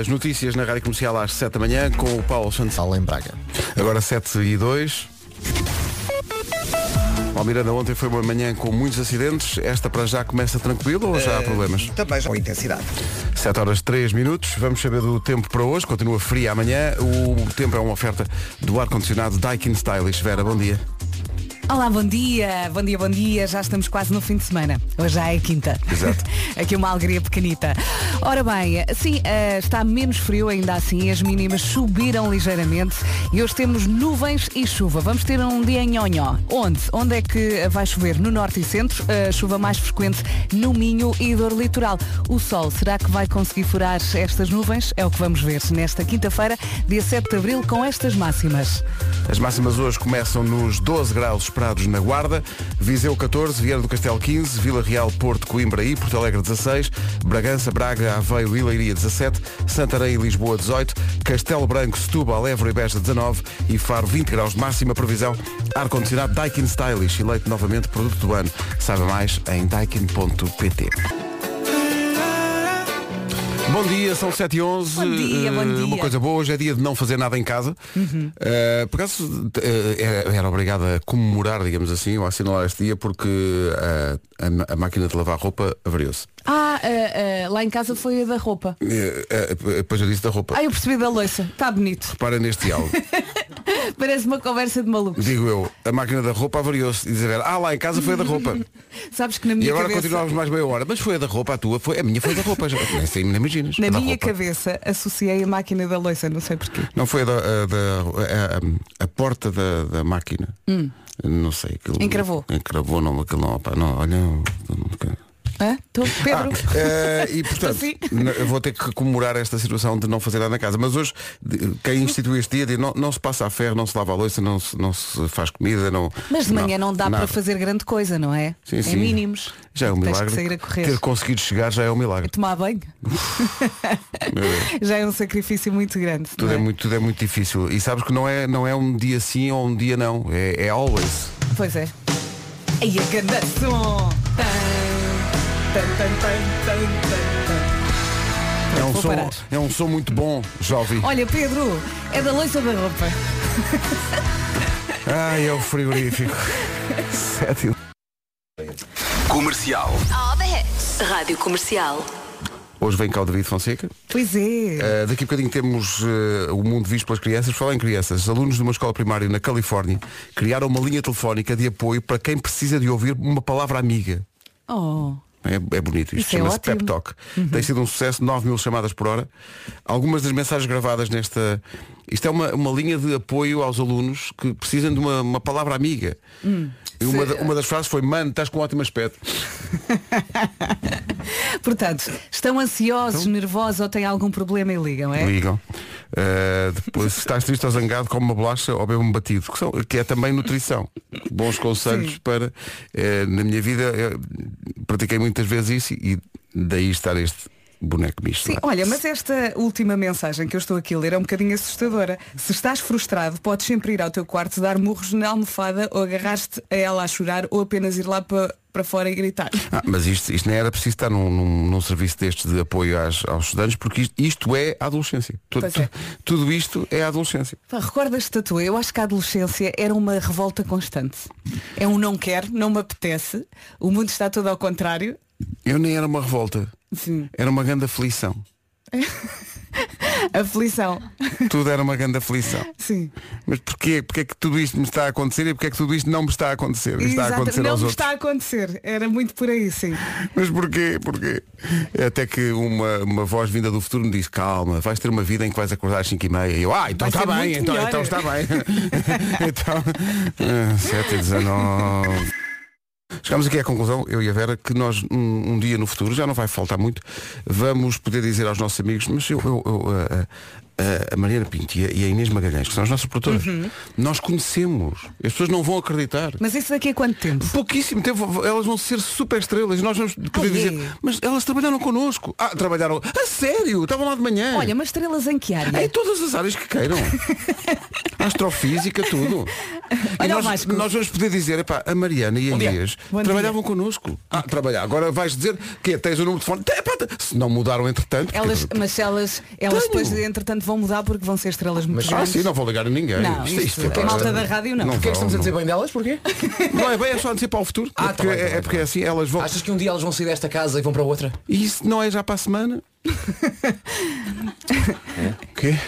As notícias na Rádio Comercial às 7 da manhã com o Paulo Santos. Sala em Braga. Agora 7 e 2. Ó Miranda, ontem foi uma manhã com muitos acidentes. Esta para já começa tranquila ou já há problemas? Também já com intensidade. 7 Eh, horas 3 minutos. Vamos saber do tempo para hoje. Continua fria amanhã. O tempo é uma oferta do ar-condicionado Daikin Stylish. Vera, bom dia. Olá, bom dia, bom dia, bom dia. Já estamos quase no fim de semana. Hoje já é quinta. Exato. Aqui uma alegria pequenita. Ora bem, sim, eh, está menos frio ainda assim, as mínimas subiram ligeiramente e hoje temos nuvens e chuva. Vamos ter um dia em nhonhó. Onde? Onde é que vai chover? No norte e centro, a chuva mais frequente no Minho e dor litoral. O sol, será que vai conseguir furar estas nuvens? É o que vamos ver nesta quinta-feira, dia 7 de abril, com estas máximas. As máximas hoje começam nos 12 graus esperados na Guarda, Viseu 14, Vieira do Castelo 15, Vila Real, Porto, Coimbra e Porto Alegre 16, Bragança, Braga, Aveiro e Leiria 17, Santarém e Lisboa 18, Castelo Branco, Setúbal, Évora e Beja 19 e Faro 20 graus de máxima previsão. Ar-condicionado Daikin Stylish, eleito novamente produto do ano. Saiba mais em daikin.pt. Bom dia, são 7 e 11 Bom dia, bom dia. Uhum. Uma coisa boa, hoje é dia de não fazer nada em casa. Eh, por acaso eh, era, era obrigada a comemorar, digamos assim, ou a assinalar este dia, porque eh, a, ma- a máquina de lavar roupa avariou-se. Ah, ah, ah, lá em casa foi a da roupa. Eh, eh, Depois eu disse da roupa. Ah, eu percebi da louça. Está bonito. Repara neste diálogo. Parece uma conversa de maluco. Digo eu, a máquina da roupa avariou-se. E diz a Vera, ah, lá em casa foi a da roupa. Sabes que na minha E agora cabeça, continuávamos mais meia hora. Mas foi a da roupa, a tua, foi, a minha foi a da roupa. Já, nem sei, nem imaginas. na A da minha roupa. cabeça, associei a máquina da louça, não sei porquê. Não foi a, da, a da- a- a- a porta da, da máquina. Não sei. Aquilo, Hum. Encravou. Encravou, não, aquilo não, opá, não, olha. eu- Hã? Tô, Pedro? Ah, eh, e portanto, Assim? n- eu vou ter que comemorar esta situação de não fazer nada na casa. Mas hoje, de- quem instituiu este dia, diz, não, não se passa a ferro, não se lava a louça, não se, não se faz comida, não. Mas de manhã não, dá nada. para fazer grande coisa, não é? Sim, é sim. mínimos. Já é um Tens milagre. que sair a correr. Ter conseguido chegar já é um milagre. Eh, Tomar banho. Já é um sacrifício muito grande. Tudo não é, é? muito, tudo é muito difícil. E sabes que não é, não é um dia sim ou um dia não. É, é always. Pois é. E a ganda som. Tan, tan, tan, tan, tan, tan, É um, vou som, parar. é um som muito bom, jovem. tan. Olha, Pedro, é da louça da roupa. Ai, é o frigorífico. Sete e- Comercial. All the hits. Rádio Comercial. Hoje vem cá o David Fonseca. Pois é. Uh, daqui a bocadinho temos uh, o mundo visto pelas crianças. Falar em crianças, alunos de uma escola primária na Califórnia criaram uma linha telefónica de apoio para quem precisa de ouvir uma palavra amiga. Oh. É, é bonito isto, Isso é chama-se ótimo. Pep Talk. Tem sido um sucesso, 9 mil chamadas por hora. Algumas das mensagens gravadas nesta. Isto é uma, uma linha de apoio aos alunos que precisam de uma, uma palavra amiga. Hum. E uma, da- uma das frases foi, mano, estás com um ótimo aspecto. Portanto, estão ansiosos, Então? nervosos ou têm algum problema e ligam, é? Ligam. Uh, depois, se estás triste ou zangado, come uma bolacha ou bebe um batido, que, são- que é também nutrição. Bons conselhos para. eh, na minha vida, eu pratiquei muitas vezes isso e daí estar este boneco misto. Sim, não é? olha, mas esta última mensagem que eu estou aqui a ler é um bocadinho assustadora. Se estás frustrado, podes sempre ir ao teu quarto, dar murros na almofada ou agarrar-te a ela a chorar ou apenas ir lá para para fora e gritar. Ah, mas isto, isto nem era preciso estar num, num- num serviço destes de apoio às- aos estudantes, porque isto, isto é a adolescência. Tu- Pois é. tu- Tudo isto é a adolescência. Pá, Recordas-te da tua? Eu acho que a adolescência era uma revolta constante. É um não quero, não me apetece, o mundo está todo ao contrário. Eu nem era uma revolta, Sim, era uma grande aflição. aflição. Tudo era uma grande aflição. Sim. Mas porquê? Porquê é que tudo isto me está a acontecer e porquê é que tudo isto não me está a acontecer? Está a Exato, acontecer não aos me outros. está a acontecer. Era muito por aí, sim. Mas porquê? Porquê? É Até que uma, uma voz vinda do futuro me diz, calma, vais ter uma vida em que vais acordar às 5 e meia. E eu, ah, então Vai está ser bem, muito então, melhor." né?" então está bem. então, ah, 7 e 19. Chegámos aqui à conclusão, eu e a Vera, que nós um, um dia no futuro, já não vai faltar muito, vamos poder dizer aos nossos amigos, mas eu, eu- eu, a, a- a Mariana Pinto e a, e a Inês Magalhães, que são as nossas produtoras, Uhum. nós conhecemos, as pessoas não vão acreditar. Mas isso daqui a quanto tempo? Pouquíssimo tempo, elas vão ser super estrelas. Nós vamos poder é? dizer, mas elas trabalharam connosco. Ah, trabalharam. A sério, estavam lá de manhã. É Olha, mas estrelas em que área? em todas as áreas que queiram. Astrofísica, tudo. Olha E o nós, Vasco. nós vamos poder dizer, epá, a Mariana e a Bom dia. Inês Bom trabalhavam connosco. Ah, trabalhar. Agora vais dizer que tens o número de fone. Epá, se não mudaram entretanto. porque- Elas, mas elas, elas Tenho. depois, entretanto, vão mudar porque vão ser estrelas muito Mas, ah, grandes. sim, não vou ligar a ninguém. é Não, isto- é a malta da rádio não. O O que é que estamos a dizer bem delas? Porquê? Não é bem, é só dizer para o futuro. Ah, é tá porque, bem, tá é, bem, tá porque bem. assim elas vão. Achas que um dia elas vão sair desta casa e vão para outra? E isso não é já para a semana? É? O quê?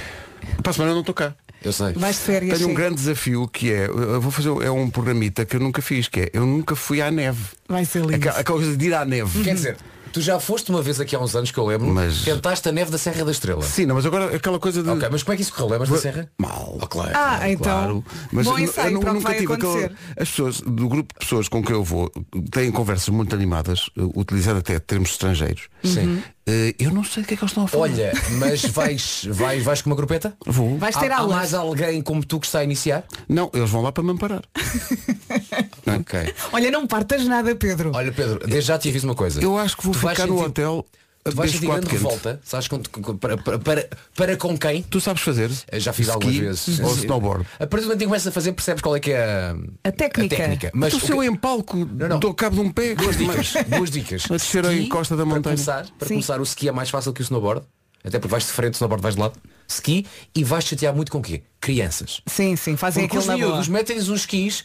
Para a semana eu não estou cá. Eu sei. Vais de férias. Tenho um sim. grande desafio que é, eu vou fazer é um programita que eu nunca fiz, que é eu nunca fui à neve. Vai ser lindo. Aquela, aquela coisa de ir à neve. Quer dizer, tu já foste uma vez aqui há uns anos que eu lembro, Mas- tentaste a neve da Serra da Estrela. Sim, não, mas agora aquela coisa de. Ok, mas como é que isso correu? Lembras da Serra? Mal. claro. Ah, então. Claro. Mas Bom eu- ensaio eu, nu- para o que nunca vai tive acontecer. aquela. As pessoas, do grupo de pessoas com que eu vou, têm conversas muito animadas, eh, utilizando até termos estrangeiros. Sim. Eh, eu não sei o que é que eles estão a falar. Olha, mas vais, vais, vais com uma grupeta? Vou. Vais ter há, há aulas. mais alguém como tu que está a iniciar? Não, eles vão lá para me amparar. Ok. Olha, não partas nada, Pedro. Olha Pedro, desde já te aviso uma coisa. Eu acho que vou Tu vais ficar no sentir- hotel a Tu vais beber sentir chocolate grande quente. revolta, sabes com- com- para, para, para, para com quem? Tu sabes fazer? Eu Eh, Já fiz Ski algumas vezes. Ou Sim. snowboard. A partir do momento em que começas a fazer, percebes qual é que é a, A técnica. Então, Mas Mas tu o Então, se eu que- em palco, não. dou cabo de um pé. duas mas- dicas. duas dicas. A descer a Ski, encosta é da montanha. Para começar, para Sim. começar, o ski é mais fácil que o snowboard. Até porque vais de frente, o snowboard vais de lado. Ski e vais chatear muito com o quê? Crianças. Sim, sim, Um fazem Porque aquilo os na boa. miúdos metem-lhes uns skis,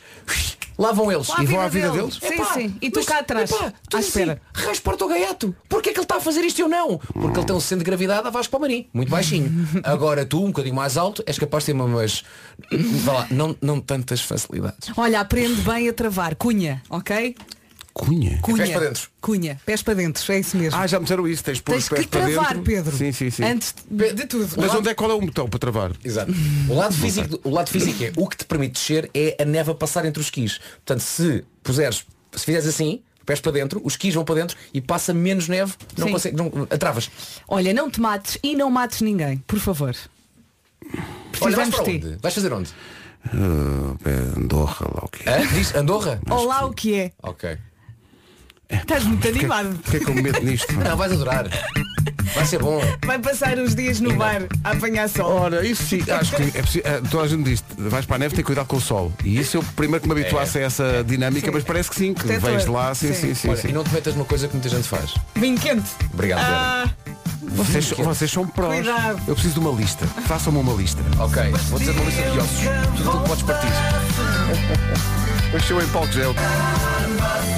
lá vão eles. Lá a E vão vida à vida deles. deles? Sim, sim. E tu cá atrás. tu à assim, espera. Rasparta o gaiato. Porquê é que ele está a fazer isto e eu não? Porque ele tem um centro de gravidade a Vasco para o Marim. Muito baixinho. Agora tu, um bocadinho mais alto, és capaz de ter umas... Vá lá, não, não tantas facilidades. Olha, aprende bem a travar. Cunha, É ok? Cunha. Cunha. pés para dentro. Cunha. Pés para dentro, é isso mesmo. Ah, já me disseram isso. Tens de pôr Tens os pés que para travar, dentro. Pedro. Sim, sim, sim. Antes de, de tudo. Mas onde é qual é o botão para travar? Exato. O lado físico, o lado físico é o que te permite descer é a neve a passar entre os skis. Portanto, se puseres, se fizeres assim, pés para dentro, os skis vão para dentro e passa menos neve, não Sim. consegue, não, atravas. Olha, não te mates e não mates ninguém, por favor. Olha, vais Precisamos para de ti. onde? Vais fazer onde? Ah, pé, Andorra, lá o que é. Hã? Diz Andorra? Olá, o que é? Ok. Estás muito Porquê animado. porquê que eu me meto nisto? Não, vais adorar. Vai ser bom. Vai passar os dias no bar a apanhar sol. Ora, isso sim, acho que é preciso. ah, Toda a gente diz, vais para a neve, tem cuidado com o sol. E isso eu primeiro que me habituasse É. a essa dinâmica, mas parece que sim, que Protetor. vais lá, sim, sim, Sim. sim. Olha, sim. E não te metas numa coisa que muita gente faz. Vinho quente. Obrigado, Ah, Vocês, vocês são prós. Cuidado. Eu preciso de uma lista. Façam-me uma lista. Vera. Ok. Vou dizer uma lista de ossos. Tudo o que podes partir. Hoje eu em palco gel.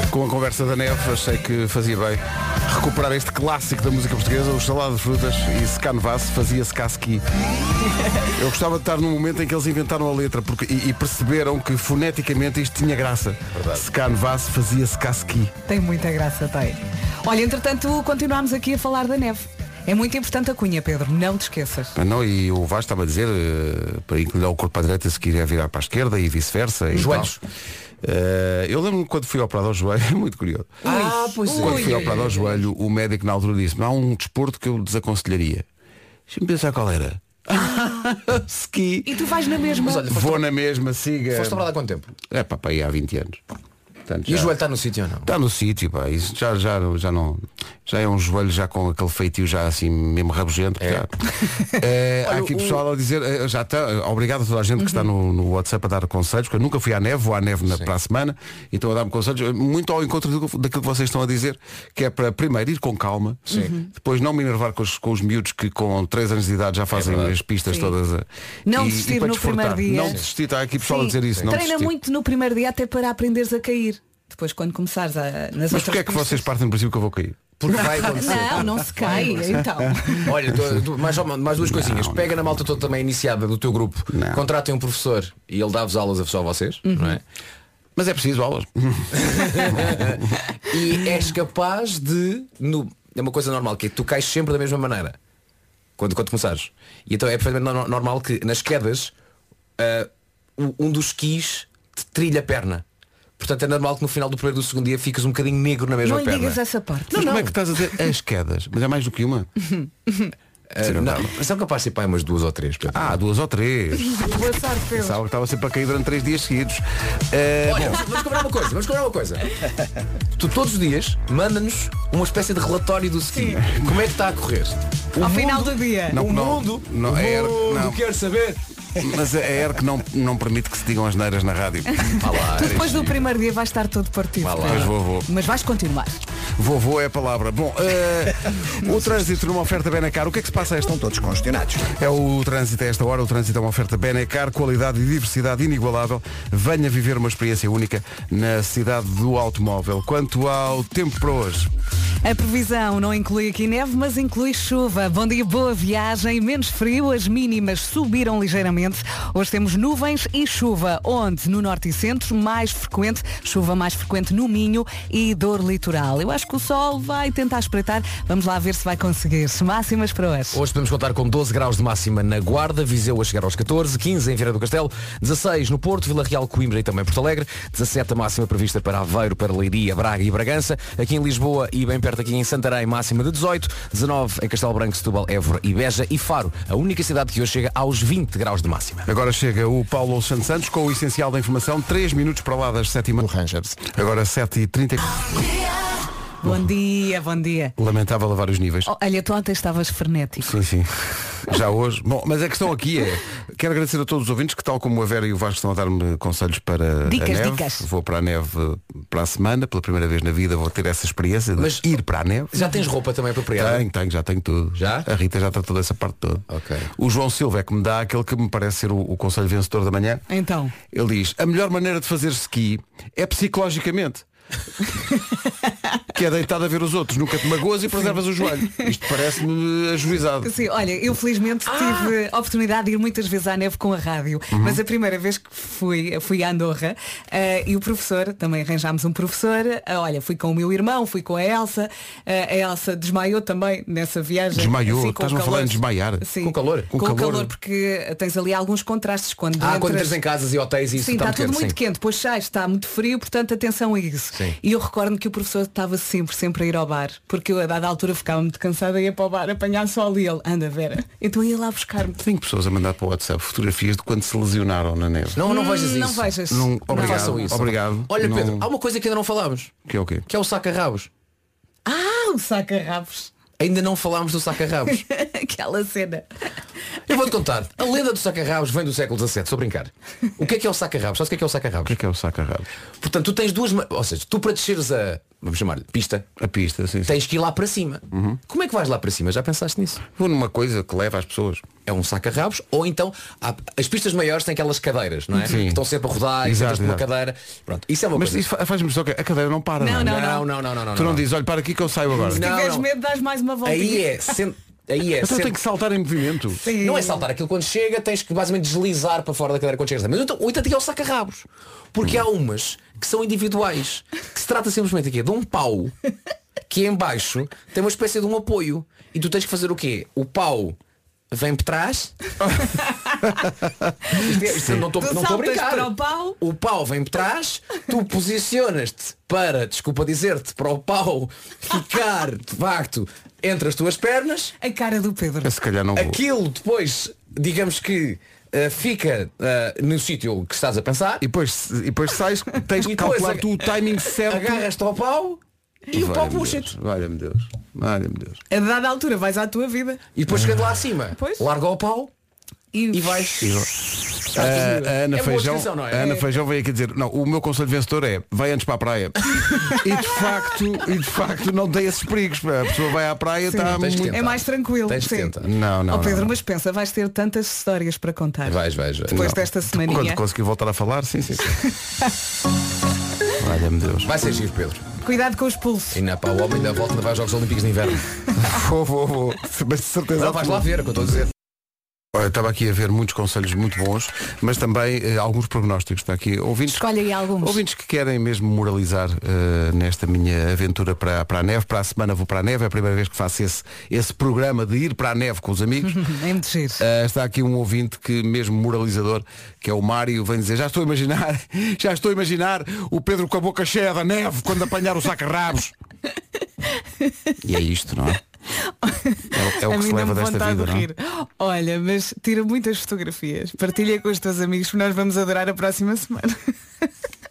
Com a conversa da neve, achei que fazia bem recuperar este clássico da música portuguesa, o salado de frutas e se canvasse, fazia-se casqui. Eu gostava de estar num momento em que eles inventaram a letra porque, e, e perceberam que foneticamente isto tinha graça. Se canvasse, fazia-se casqui. tem muita graça, tem. Olha, entretanto, continuámos aqui a falar da neve. É muito importante a cunha, Pedro, não te esqueças. Ah, Não, e o Vasco estava a dizer eh, para inclinar o corpo para a direita se queria virar para a esquerda e vice-versa. e Joelhos. tal. Eh, eu lembro-me quando fui operado ao joelho, é muito curioso. Ah, pois é. Quando Ui, fui ui, operado ao joelho, o médico na altura disse-me, há um desporto que eu desaconselharia. Deixa-me pensar qual era. Ski. E tu vais na mesma. Mas olha, Ah. foste, Vou na mesma, siga. foste operado há quanto tempo? É pá, pá, aí há 20 anos. Portanto, E o já- joelho está no sítio ou não? Está Tá no sítio, pá. Isso já, já, já não. Já é um joelho já com aquele feitio já assim mesmo rabugento. É. já. É, há Olha, aqui o- pessoal a dizer, eh, já está, obrigado a toda a gente que está Uhum. no, no WhatsApp a dar conselhos, porque eu nunca fui à neve, vou à neve na, para a semana, então a dar-me conselhos, muito ao encontro do- daquilo que vocês estão a dizer, que é para primeiro ir com calma, Uhum. depois não me enervar com os, com os miúdos que com 3 anos de idade já fazem as pistas todas eh, a, É Não desistir no desfrutar. primeiro dia. Não desistir, está aqui pessoal a Sim, dizer isso. Não Treina desistir. muito no primeiro dia até para aprenderes a cair. Depois quando começares a, nas Mas outras porquê é que pistas- vocês partem do princípio que eu vou cair? Porque vai acontecer. Não, não se cai, então. Olha, tu- tu- mais, uma- mais duas coisinhas. Pega na malta toda também iniciada do teu grupo. Não. Contratem um professor e ele dá-vos aulas a só vocês, Uhum. não é? Mas é preciso aulas. E és capaz de. No, é uma coisa normal, que é que tu cais sempre da mesma maneira. Quando, quando começares. E então é perfeitamente no- normal que nas quedas ah, o- um dos skis te trilha a perna. Portanto é normal que no final do primeiro e do segundo dia fiques um bocadinho negro na mesma Não lhe perna. digas essa parte. Mas como é que estás a dizer as quedas? Mas é mais do que uma? Ah, não, são capazes de ir para aí umas duas ou três. Pedro. Ah, duas ou três. Boa sorte, Pedro. Pensava que estava sempre a cair durante três dias seguidos. Eh, Olha, vamos, vamos cobrar uma coisa, vamos cobrar uma coisa. Tu todos os dias manda-nos uma espécie de relatório do ski. Como é que está a correr? O Ao final do dia. Não, o não, mundo, não, o é- mundo não. quer saber Mas a ERC não, não permite que se digam as neiras na rádio. Vá lá. Tu depois do primeiro dia vais estar todo partido. Vá lá. Pedro. Pois vou, vou. Mas vais continuar. Vovô é a palavra. Bom, eh, o trânsito numa oferta Benacar, o que é que se passa a esta Estão todos congestionados. É o trânsito a esta hora, o trânsito é uma oferta Benecar, qualidade e diversidade inigualável. Venha viver uma experiência única na cidade do automóvel. Quanto ao tempo para hoje, A previsão não inclui aqui neve, mas inclui chuva. Bom dia, boa viagem, menos frio, as mínimas subiram ligeiramente. Hoje temos nuvens e chuva, onde no norte e centro mais frequente, chuva mais frequente no Minho e dor litoral. Eu acho que o sol vai tentar espreitar, vamos lá ver se vai conseguir. Máximas para hoje. Hoje podemos contar com 12 graus de máxima na Guarda, Viseu a chegar aos 14, 15 em Vieira do Castelo, 16 no Porto, Vila Real, Coimbra e também Porto Alegre, 17 a máxima prevista para Aveiro, para Leiria, Braga e Bragança, aqui em Lisboa e bem perto aqui em Santarém, máxima de 18, 19 em Castelo Branco, Setúbal, Évora e Beja e Faro, a única cidade que hoje chega aos 20 graus de máxima. agora chega o Paulo Santos Santos com o essencial da informação, 3 minutos para lá das 7 O Rangers. Agora 7h30. Bom dia, bom dia. Lamentável a vários níveis. Oh, Olha, tu ontem estavas frenético. Sim, sim. Já hoje. Bom, mas a questão aqui é, quero agradecer a todos os ouvintes que tal como a Vera e o Vasco estão a dar-me conselhos para Dicas, a neve. dicas. Vou para a neve para a semana, pela primeira vez na vida vou ter essa experiência de Mas- ir para a neve. Já tens roupa também apropriada? Tenho, tenho, já tenho tudo. Já? A Rita já tratou dessa parte toda. Ok. O João Silva é que me dá aquele que me parece ser o, o conselho vencedor da manhã. Então, Ele diz, a melhor maneira de fazer ski é psicologicamente. que é deitado a ver os outros, nunca te magoas e preservas o joelho. Isto parece-me ajuizado. Sim, olha, eu Ah! felizmente tive a oportunidade de ir muitas vezes à neve com a rádio, Uhum. mas a primeira vez que fui, fui à Andorra eh, e o professor, também arranjámos um professor, eh, olha, fui com o meu irmão, fui com a Elsa, eh, a Elsa desmaiou também nessa viagem. assim, Desmaiou? com o Estás-me a calor. falar em desmaiar? Sim. Com calor? Com, Com o calor. calor, porque tens ali alguns contrastes quando Ah, entras- quando entras em casas e hotéis e isso tá Sim, está, está tudo muito quente, depois sai, está muito frio, portanto atenção a isso. Sim. E eu recordo-me que o professor estava sempre, sempre a ir ao bar, porque eu a dada altura ficava muito cansada e ia para o bar apanhar sol e ele, anda Vera. Então ia lá buscar-me. Tenho pessoas a mandar para o WhatsApp fotografias de quando se lesionaram na neve. Não, não Hum, vejas isso. Não vejas. Não, Não Obrigado, façam isso. obrigado. Olha, Não- Pedro, há uma coisa que ainda não falámos, Que é o quê? que é o saca-rabos. Ah, o saca-rabos. Ainda não falámos do saca-rabos. Aquela cena. Eu vou-te contar. A lenda do saca-rabos vem do século XVII, estou a brincar. O que é que é o saca-rabos? Sabes o que é que é o O que é saca-rabos? que é o sacarrado? Portanto, tu tens duas... ma- Ou seja, tu para desceres a... Vamos chamar-lhe pista. A pista, sim. sim. Tens que ir lá para cima. Uhum. Como é que vais lá para cima? Já pensaste nisso? Vou numa coisa que leva as pessoas. É um saca-rabos ou então há- as pistas maiores têm aquelas cadeiras, não é? Sim. Que estão sempre a rodar e Exato, sentas numa exato. cadeira. Pronto, isso é uma Mas coisa. isso fa- faz-me só que a cadeira não para. Não, é? não, Não, não, não, não, não. Tu não, não. dizes, olha, para aqui que eu saio agora. Não, Tiveres não. medo, dás mais uma volta. Aí é... sen- Aí é... Então sen- tem que saltar em movimento. Não é saltar aquilo quando chega, tens que basicamente deslizar para fora da cadeira quando chegas. Mas então, o entanto é o saca-rabos. Porque há umas que são individuais, que se trata simplesmente aqui de um pau que em baixo tem uma espécie de um apoio. E tu tens que fazer o quê? O pau vem por trás. isto é, isto eu não estou Tu não estou a saltas brincar. para o pau. O pau vem por trás, tu posicionas-te para, desculpa dizer-te, para o pau ficar de facto entre as tuas pernas. A cara do Pedro. Eu se calhar não vou. Aquilo depois, digamos que eh, fica eh, no sítio que estás a pensar, E depois, e depois sais, tens E que depois calcular aga- tu o timing certo. agarras-te ao pau e o pau Valha-me puxa-te. Deus, Valha-me Deus. Valha-me Deus. A dada altura vais à tua vida E depois chegando lá acima, Pois. larga o pau e, e vais. A, a Ana É boa Feijão, descrição, não é? a Ana É. Feijão veio aqui dizer, não, o meu conselho vencedor é vai antes para a praia. e de facto, e de facto não tem esses perigos. pá. A pessoa vai à praia, está não tens que muito. tentar. é mais tranquilo. Tens que sim. tentar. Não, não. oh Pedro, não. mas pensa, vais ter tantas histórias para contar. Vais, vais, vais. Depois Não. desta Quando semaninha. conseguir voltar a falar, sim, sim. Valha-me Deus. Vai ser giro, Pedro. Cuidado com os pulsos. E na pá, o homem da volta ainda vai aos Jogos Olímpicos de Inverno. Vou, vou, vou. Mas de certeza. Não, vais lá ver, é o que eu estou a dizer. Olha, estava aqui a ver muitos conselhos muito bons, mas também eh, alguns prognósticos. Está aqui ouvintes. Escolhe aí alguns. Ouvintes que querem mesmo moralizar eh, nesta minha aventura para, para a neve, para a semana vou para a neve, é a primeira vez que faço esse, esse programa de ir para a neve com os amigos. É muito giro. Eh, está aqui um ouvinte que mesmo moralizador, que é o Mário, vem dizer, já estou a imaginar, já estou a imaginar o Pedro com a boca cheia da neve quando apanhar o saca-rabos. e é isto, não é? É, o- é o a que mim se leva dá-me desta vontade vida, de não é? rir. Olha, mas tira muitas fotografias. Partilha com os teus amigos, porque nós vamos adorar a próxima semana.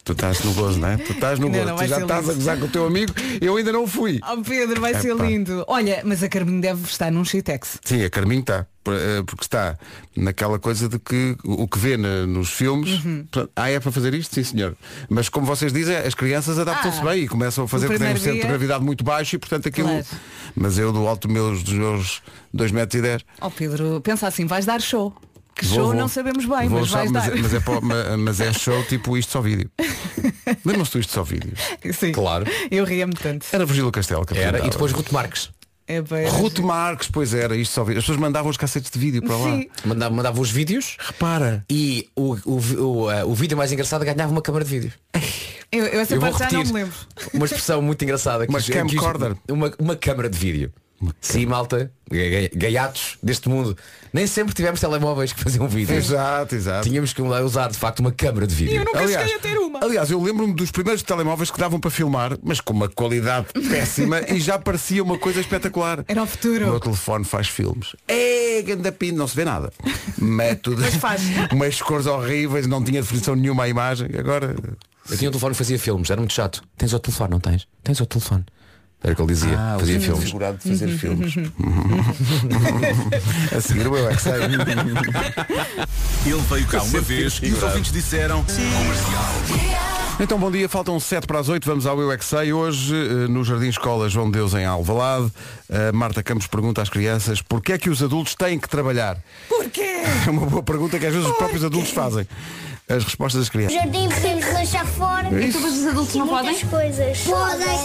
Tu estás no gozo, não é? Tu estás no Não, gozo. não, tu vai já ser estás lindo. a gozar com o teu amigo. Eu ainda não fui. Oh Pedro, vai ser Epá. lindo. Olha, mas a Carminho deve estar num Xitex. Sim, a Carminho está. por- eh, Porque está naquela coisa de que o que vê na- nos filmes. Uhum. portanto, Ah, é para fazer isto? Sim, senhor. Mas como vocês dizem, as crianças adaptam-se Ah, bem e começam a fazer o porque têm um primeiro centro de dia- gravidade muito baixo e portanto aquilo. Claro. Mas eu do alto meus, dos meus 2 metros e 10. Oh Pedro, pensa assim, vais dar show. Que Vou, show vou. não sabemos bem, Vou mas só- vais mas, dar. mas é, pó- ma- mas é show tipo isto só vídeo. Lembram-se do isto só vídeo? Sim. Claro. Eu ria-me tanto. Era Virgílio Castelo que Era. apresentava. E depois Ruth Marques. É bem- Ruth Marques, pois era, isto só vídeo. As pessoas mandavam os cassetes de vídeo para lá. Sim. Mandava, mandava os vídeos Repara. e o, o, vi- o, ah, o vídeo mais engraçado ganhava uma câmara de vídeo. Eu, eu essa Eu vou parte já não me repetir. lembro. Uma expressão muito engraçada. que Uma os- que os- camcorder. Uma, uma câmara de vídeo. Sim, malta, ga- ga- gaiatos deste mundo. Nem sempre tivemos telemóveis que faziam vídeo. Exato, exato. Tínhamos que usar de facto uma câmara de vídeo. Eu nunca cheguei a ter uma. aliás, eu lembro-me dos primeiros telemóveis que davam para filmar, mas com uma qualidade péssima e já parecia uma coisa espetacular. Era o futuro. O meu telefone faz filmes. É, ganda pino, não se vê nada. Método. Mas faz. Umas cores horríveis, não tinha definição nenhuma à imagem. Agora. Eu tinha um telefone que fazia filmes, era muito chato. Tens outro telefone, não tens? Tens outro telefone. Era o que ele dizia, fazia filmes. Segurado de Uhum. fazer filmes. Uhum. a seguir o meu é que sei. Ele veio cá uma vez e os ouvintes disseram comercial. Então bom dia, faltam 7 para as 8, vamos ao Eu é Que Sei. Hoje, eh, no Jardim Escola João de Deus em Alvalade, a Marta Campos pergunta às crianças porquê é que os adultos têm que trabalhar? Porquê? É uma boa pergunta que às vezes os próprios adultos fazem. As respostas das crianças. Jardim podemos lanchar fora. Então, Isso. os adultos não podem? coisas. Podem, mas,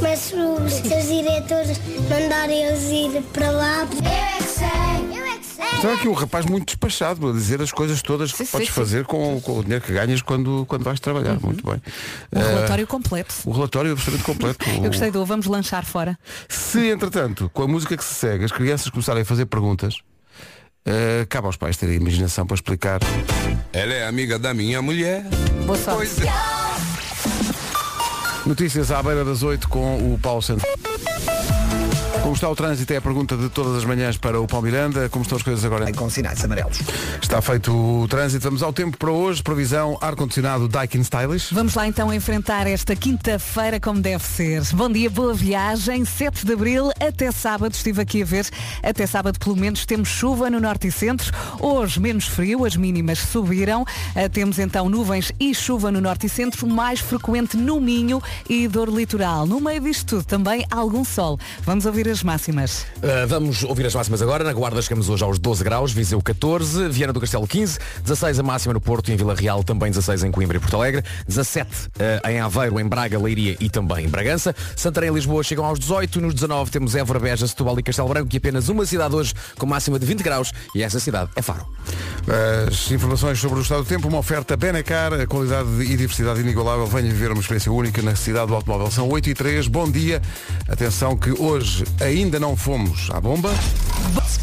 mas os, se os diretores mandarem eles ir para lá. Eu é que sei, eu é que Estava sei. aqui um rapaz muito despachado a dizer as coisas todas que Sim, sim, podes sim. fazer com, com o dinheiro que ganhas quando, quando vais trabalhar. Muito bem. Eh, Um relatório completo. O relatório é absolutamente completo. Eu gostei do Vamos Lanchar Fora. Se, entretanto, com a música que se segue, as crianças começarem a fazer perguntas, eh, cabe aos pais terem imaginação para explicar. Ela é amiga da minha mulher. é. Boa sorte. Notícias à beira das 8 com o Paulo Santos. Como está o trânsito? É a pergunta de todas as manhãs para o Paulo Miranda. Como estão as coisas agora? Com sinais amarelos. Está feito o trânsito. Vamos ao tempo para hoje. Previsão ar-condicionado Daikin Stylish. Vamos lá então enfrentar esta quinta-feira como deve ser. Bom dia, boa viagem. 7 de abril até sábado, estive aqui a ver. Até sábado, pelo menos, temos chuva no norte e centro. Hoje, menos frio, as mínimas subiram. Ah, Temos então nuvens e chuva no norte e centro, mais frequente no Minho e dor litoral. No meio disto tudo, também algum sol. Vamos ouvir as máximas. Uh, vamos ouvir as máximas agora. Na Guarda chegamos hoje aos 12 graus, Viseu 14, Viana do Castelo 15, 16 a máxima no Porto e em Vila Real, também 16 em Coimbra e Porto Alegre, 17 uh, em Aveiro, em Braga, Leiria e também em Bragança. Santarém e Lisboa chegam aos 18, nos 19 temos Évora, Beja, Setúbal e Castelo Branco e apenas uma cidade hoje com máxima de 20 graus e essa cidade é Faro. As informações sobre o estado do tempo, uma oferta Benacar, a qualidade e diversidade inigualável. Venha viver uma experiência única na cidade do automóvel. São 8 e 3 Bom dia. Atenção que hoje ainda não fomos à bomba.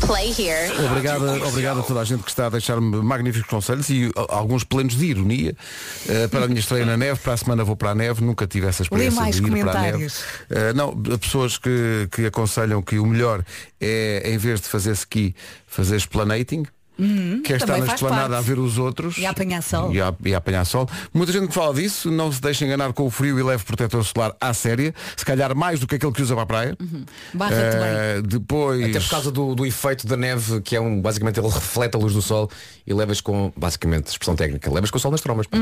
Play here. Obrigada, obrigado a toda a gente que está a deixar-me magníficos conselhos e a- alguns planos de ironia eh, para a minha estreia na neve. Para a semana vou para a neve, nunca tive essa experiência mais de ir para a neve. comentários. Eh, não, há pessoas que, que aconselham que o melhor é, em vez de fazer ski, fazer explanating. que é estar Uhum, também na faz parte. esplanada a ver os outros E a apanhar sol. E a, e a apanhar sol. Muita gente que fala disso, não se deixa enganar com o frio e leve protetor solar à séria, se calhar mais do que aquele que usa para a praia. Uhum. Barra-te bem. Eh, depois Até por causa do, do efeito da neve, que é um, basicamente ele reflete a luz do sol e levas com, basicamente, expressão técnica, levas com o sol nas trombas. pá.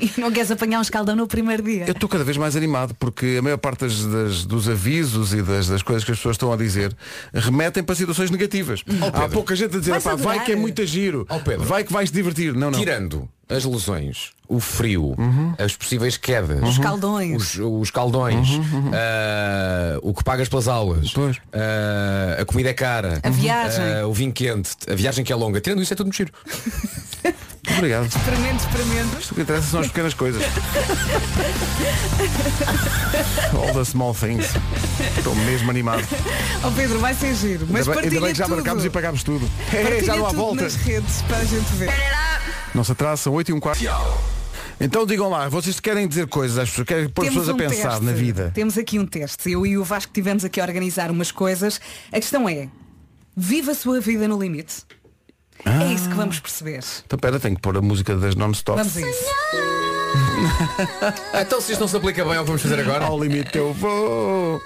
E não queres apanhar um escaldão no primeiro dia. Eu estou cada vez mais animado porque a maior parte das- das- dos avisos e das, das coisas que as pessoas estão a dizer remetem para situações negativas. Há Pedro. pouca gente a dizer, Vais "Epá, vai adorar." que é muito giro, Oh, Pedro. vai que vais te divertir. Não, não. Tirando as lesões, o frio, as possíveis quedas, Os caldões. Uhum, os, os caldões, ah, o que pagas pelas aulas, Pois. ah, a comida é cara, A viagem. ah, o vinho quente, a viagem que é longa, tirando isso é tudo muito giro. Obrigado. Experimento, experimento. O que interessa são as pequenas coisas. All the small things. Estou mesmo animado. Oh Pedro, vai ser giro. Mas ainda, bem, partilha ainda bem que já tudo. marcámos e pagámos tudo. É, Partilha já não há tudo volta. nas redes para a gente ver. Não se atrasa, são 8 e um quarto. Então digam lá, vocês querem dizer coisas às pessoas, querem pôr as pessoas a pensar um teste. na vida. Temos aqui um teste. Eu e o Vasco tivemos aqui a organizar umas coisas. A questão é, viva a sua vida no limite. Ah. É isso que vamos perceber. Então pera, tenho que pôr a música das non-stop. Vamos a isso. Então se isto não se aplica bem ao que vamos fazer agora. Ao limite eu vou.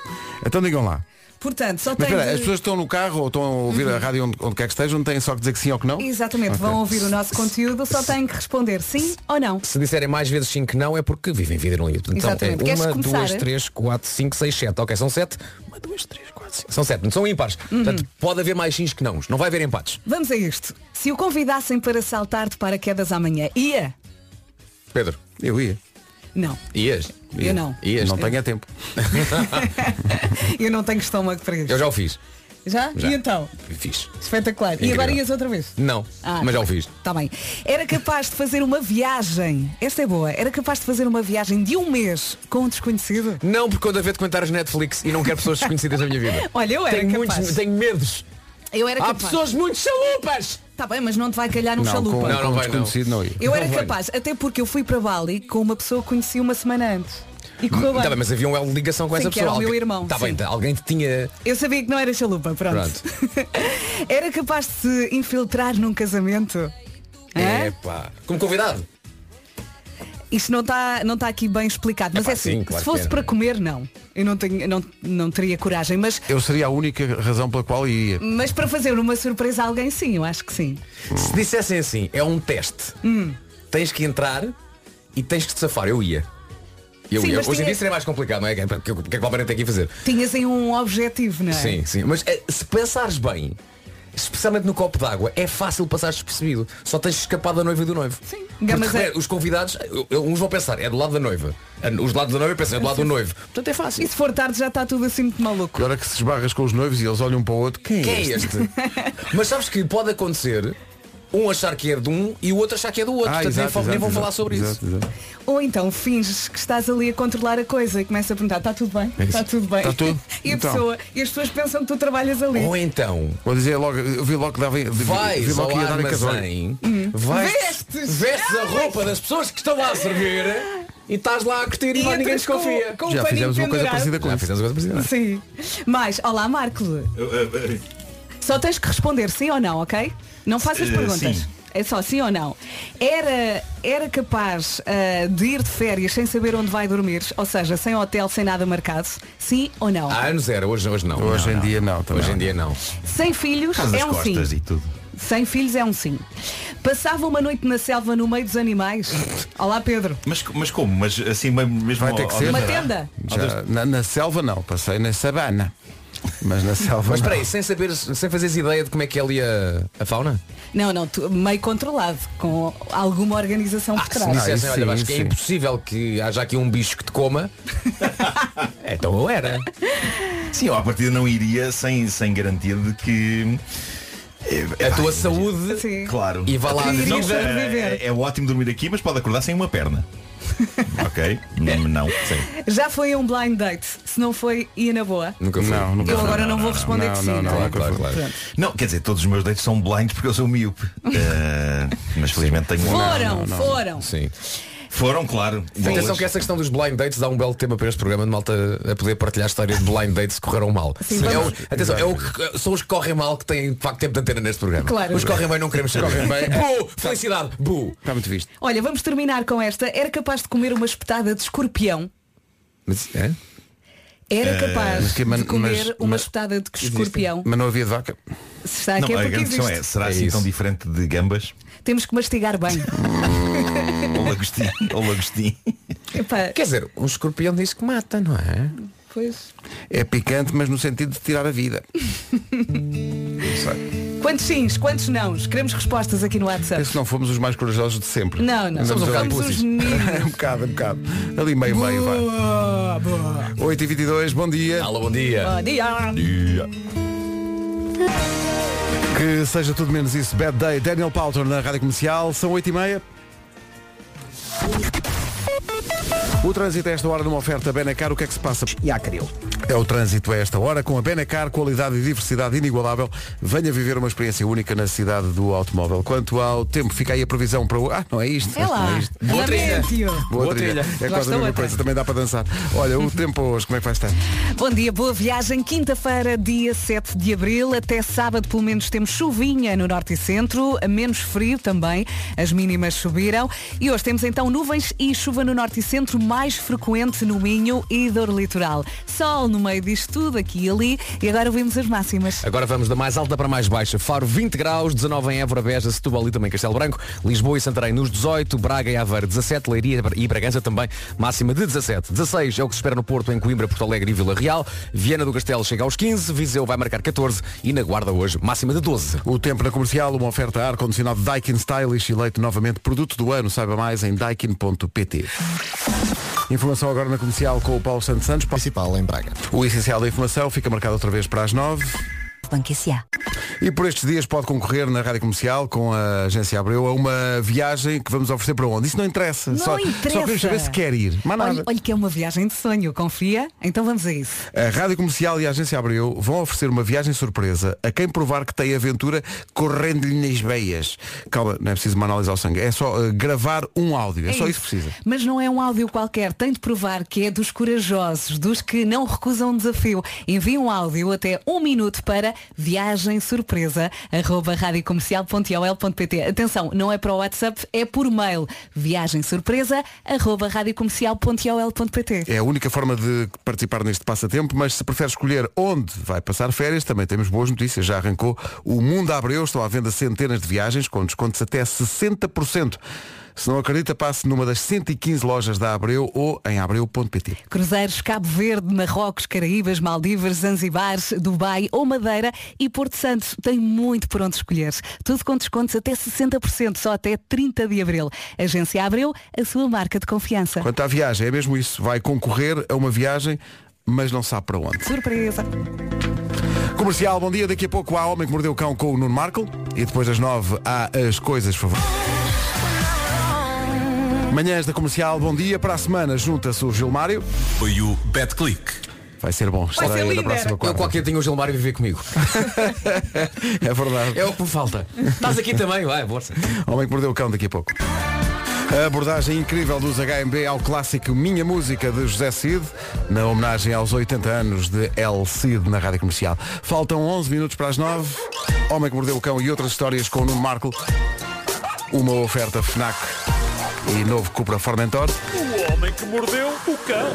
Então digam lá. Portanto, só Mas tem espera, de- as pessoas que estão no carro ou estão a ouvir Uhum. a rádio onde, onde quer que estejam, não têm só que dizer que sim ou que não? Exatamente, vão ouvir o nosso conteúdo, só têm que responder sim ou não. Se disserem mais vezes 5 que não é porque vivem vida no limite. Então Exatamente. é Queres uma, começar? duas, três, quatro, cinco, seis, sete. Ok, são sete. Uma, duas, três, quatro, cinco. São sete, não são ímpares. Uhum. Portanto, pode haver mais sims que não. Não vai haver empates. Vamos a isto. Se o convidassem para saltar de paraquedas amanhã, ia? Pedro, Eu ia. Não, ias? eu não. Ias? Não tenho é tempo. Eu não tenho estômago para isto. Eu já o fiz. Já? Já. E então? Fiz. Espetacular. E Incrível. agora ias outra vez? Não, Ah. mas já o fiz. Está bem. Era capaz de fazer uma viagem. Esta é boa. Era capaz de fazer uma viagem de um mês com um desconhecido? Não porque quando a ver documentários Netflix e não quero pessoas desconhecidas na minha vida. Olha, eu era tenho capaz. muitos, tenho medos. Eu era Há capaz. pessoas muito chalupas! Tá bem, mas não te vai calhar um Não, com, chalupa. Não, não com vai, desconhecido não, ia. Eu Não era vai. capaz, até porque eu fui para Bali com uma pessoa que conheci uma semana antes. E correu bem. Tá bem, mas havia uma ligação com Sim, essa que pessoa. era o meu Alguém- irmão, Tá bem, sim. tá, alguém te tinha. Eu sabia que não era chalupa, pronto. era capaz de se infiltrar num casamento? Hã? Epá. é, Como convidado? Isto não está não tá aqui bem explicado, mas Epá, é assim, sim, claro se fosse que era. para comer, não. Eu não, tenho, não, não teria coragem, mas, Eu seria a única razão pela qual ia. mas para fazer uma surpresa a alguém, sim, eu acho que sim. Se dissessem assim, é um teste. Hum. Tens que entrar e tens que te safar. Eu ia. Eu Sim, ia. mas Hoje em tinha- dia seria mais complicado, não é? O que, que, que, é que o Alberto tem que ir fazer? Tinhas aí um objetivo, não é? Sim, sim. Mas eh, se pensares bem, especialmente no copo d'água, é fácil passar despercebido. Só tens de escapar da noiva e do noivo. Sim. Porque, Mas é- repare, Os convidados, eu- eu- uns vão pensar, é do lado da noiva. Os do lado da noiva pensam, é do lado do noivo. Portanto é fácil. E se for tarde já está tudo assim muito maluco. Agora que se esbarras com os noivos e eles olham um para o outro, quem é Quem é este? este? Mas sabes que pode acontecer um achar que é de um e o outro achar que é do outro. Portanto, nem, Ah, exato, fa- nem exato, vão exato, falar sobre exato, isso. exato. Ou então finges que estás ali a controlar a coisa e começa a perguntar, está tudo bem? É isso. Está tudo bem. Está tudo? E, a Então. pessoa, e as pessoas pensam que tu trabalhas ali. Ou então Vou dizer logo, eu vi logo que dava, vi vais logo ao que ia dar em casamento. armazém, vais, Vestes! vestes a roupa das pessoas que estão lá a servir e estás lá a curtir e, E mais ninguém entras com- desconfia. com o Já paninho fizemos uma coisa pendurado. parecida com Já isso. fizemos uma coisa parecida, não é? Sim. Mas, olá Marco. Só tens que responder sim ou não, ok? Não faças Eh, perguntas. sim. É só sim ou não. Era, era capaz ah, de ir de férias sem saber onde vai dormir, ou seja, sem hotel, sem nada marcado, sim ou não. Há anos era, hoje, hoje Ah, não. Hoje Não, em não. dia não, também Hoje em não. dia não. Sem filhos é um sim. e tudo. Sem filhos é um sim. Passava uma noite na selva no meio dos animais. Olá Pedro. Mas, mas como? Mas assim mesmo mesmo Vai ter ao- que ao ser. Uma jantar? tenda. Já, na, na selva não, passei na sabana. Mas na selva. Mas não. espera aí, sem saber, sem fazeres ideia de como é que é ali a, a fauna? Não, não, tu- meio controlado, com alguma organização por Se me trás. Ah, dissessem, isso olha, sim, acho que é sim. impossível que haja aqui um bicho que te coma. então eu era. Sim, eu à partida não iria sem, sem garantia de que. eh, A tua saúde Sim. Claro. E vá lá à Não, vida. é, é ótimo dormir aqui, mas pode acordar sem uma perna. ok? Não, não, sim. Já foi a um blind date. Se não foi, ia na boa. nunca foi. Não, nunca Eu fui. agora não, vou responder não, que sim. não, não, tá não, bem? Claro, claro. Pronto. Não, quer dizer, todos os meus deitos são blinds porque eu sou miúpe. Eh, mas felizmente tenho um. Foram, foram. Sim. Foram, claro. Atenção que essa questão dos blind dates dá um belo tema para este programa de malta a poder partilhar histórias de blind dates que correram mal. Sim, É o- vamos- atenção, é o que- são os que correm mal que têm de facto tempo de antena neste programa. Claro. Os que correm bem não queremos saber. Correm bem. Bu! Felicidade! Bu! Está muito visto. Olha, vamos terminar com esta. Era capaz de comer uma espetada de escorpião. Mas, é? Era capaz Eh, mas que- mas- de comer mas- uma mas- espetada de escorpião. Mas não havia de vaca. Se está aqui Não, é a porque grande questão existe. é, será É assim tão isso. diferente de gambas? Temos que mastigar bem. Ou lagostim? Ou lagostim? Epá, Quer dizer, um escorpião diz que mata, não é? pois. É picante, mas no sentido de tirar a vida. Quantos sims, quantos nãos? Queremos respostas aqui no WhatsApp. É Se não fomos os mais corajosos de sempre. Não, não. Andamos Somos um ali. bocado Somos uns meninos. um bocado, um bocado. Ali meio, meio, vai. Boa, boa. 8h22, bom dia. Alô, bom dia. Bom dia. Que seja tudo menos isso. Bad Day, Daniel Paltrow na Rádio Comercial, são 8h30. O trânsito a esta hora numa oferta Benacar, o que é que se passa? e Acaril. É o trânsito a esta hora, com a Benacar, qualidade e diversidade inigualável. Venha viver uma experiência única na cidade do automóvel. Quanto ao tempo, fica aí a previsão para... o- Ah, não é isto. É lá. Não é isto. Boa trilha. Lamento. Boa, Boa trilha. trilha. É quase Gosto a mesma outra. coisa, também dá para dançar. Olha, o tempo hoje, como é que vai estar? Bom dia, boa viagem. Quinta-feira, dia 7 de abril. Até sábado, pelo menos, temos chuvinha no norte e centro. A Menos frio também. As mínimas subiram. E hoje temos então nuvens e chuva no norte e centro, mais frequente no Minho e Douro Litoral. Sol no meio disto tudo, aqui e ali. E agora ouvimos as máximas. Agora vamos da mais alta para a mais baixa. Faro 20 graus, 19 em Évora, Beja, Setúbal e também Castelo Branco. Lisboa e Santarém nos 18, Braga e Aveiro 17, Leiria e Bragança também máxima de 17. 16 é o que se espera no Porto, em Coimbra, Porto Alegre e Vila Real. Viana do Castelo chega aos 15, Viseu vai marcar 14 e na Guarda hoje máxima de 12. O tempo na comercial, uma oferta a ar-condicionado Daikin Stylish, eleito novamente produto do ano. Saiba mais em daikin.pt. Informação agora na comercial com o Paulo Santos Santos. Principal em Braga. O essencial da informação fica marcado outra vez para as nove. Banco S.A. E por estes dias pode concorrer na Rádio Comercial com a Agência Abreu a uma viagem que vamos oferecer para onde? Isso não interessa. Não só, interessa. só queremos saber se quer ir. Mas nada. Olha, olha que é uma viagem de sonho, confia? Então vamos a isso. A Rádio Comercial e a Agência Abreu vão oferecer uma viagem surpresa a quem provar que tem aventura correndo-lhe nas veias. Calma, não é preciso uma análise ao sangue. É só eh, gravar um áudio. É, É só isso que precisa. Mas não é um áudio qualquer. Tem de provar que é dos corajosos, dos que não recusam um desafio. Envie um áudio até um minuto para viagem surpresa arroba radiocomercial.iol.pt. Atenção, não é para o WhatsApp, é por mail. Viagem surpresa arroba radiocomercial.iol.pt. É a única forma de participar neste passatempo, mas se prefere escolher onde vai passar férias, também temos boas notícias. Já arrancou o Mundo Abreu, estão à venda centenas de viagens com descontos até 60%. Se não acredita, passe numa das 115 lojas da Abreu ou em abreu.pt. Cruzeiros Cabo Verde, Marrocos, Caraíbas, Maldivas, Zanzibar, Dubai ou Madeira e Porto Santo. Tem muito por onde escolher. Tudo com descontos até 60%, só até 30 de abril. Agência Abreu, a sua marca de confiança. Quanto à viagem, é mesmo isso. Vai concorrer a uma viagem, mas não sabe para onde. Surpresa! Comercial, bom dia. Daqui a pouco há Homem que Mordeu o Cão com o Nuno Marco. E depois das nove há As Coisas Favoritas. Manhãs da Comercial, bom dia. Para a semana junta-se o Gilmário. Foi o BetClick. Vai ser bom. Estarei ser na líder. próxima Eu quarta. qualquer tenho o Gilmar a viver comigo. É verdade. É o que me falta. Estás aqui também, vai, força. Homem que Mordeu o Cão daqui a pouco. A abordagem incrível dos HMB ao clássico Minha Música de José Cid, na homenagem aos 80 anos de El Cid na Rádio Comercial. Faltam 11 minutos para as 9. Homem que Mordeu o Cão e outras histórias com o Nuno Marco. Uma oferta FNAC e novo Cupra Formentor. O homem que mordeu o cão.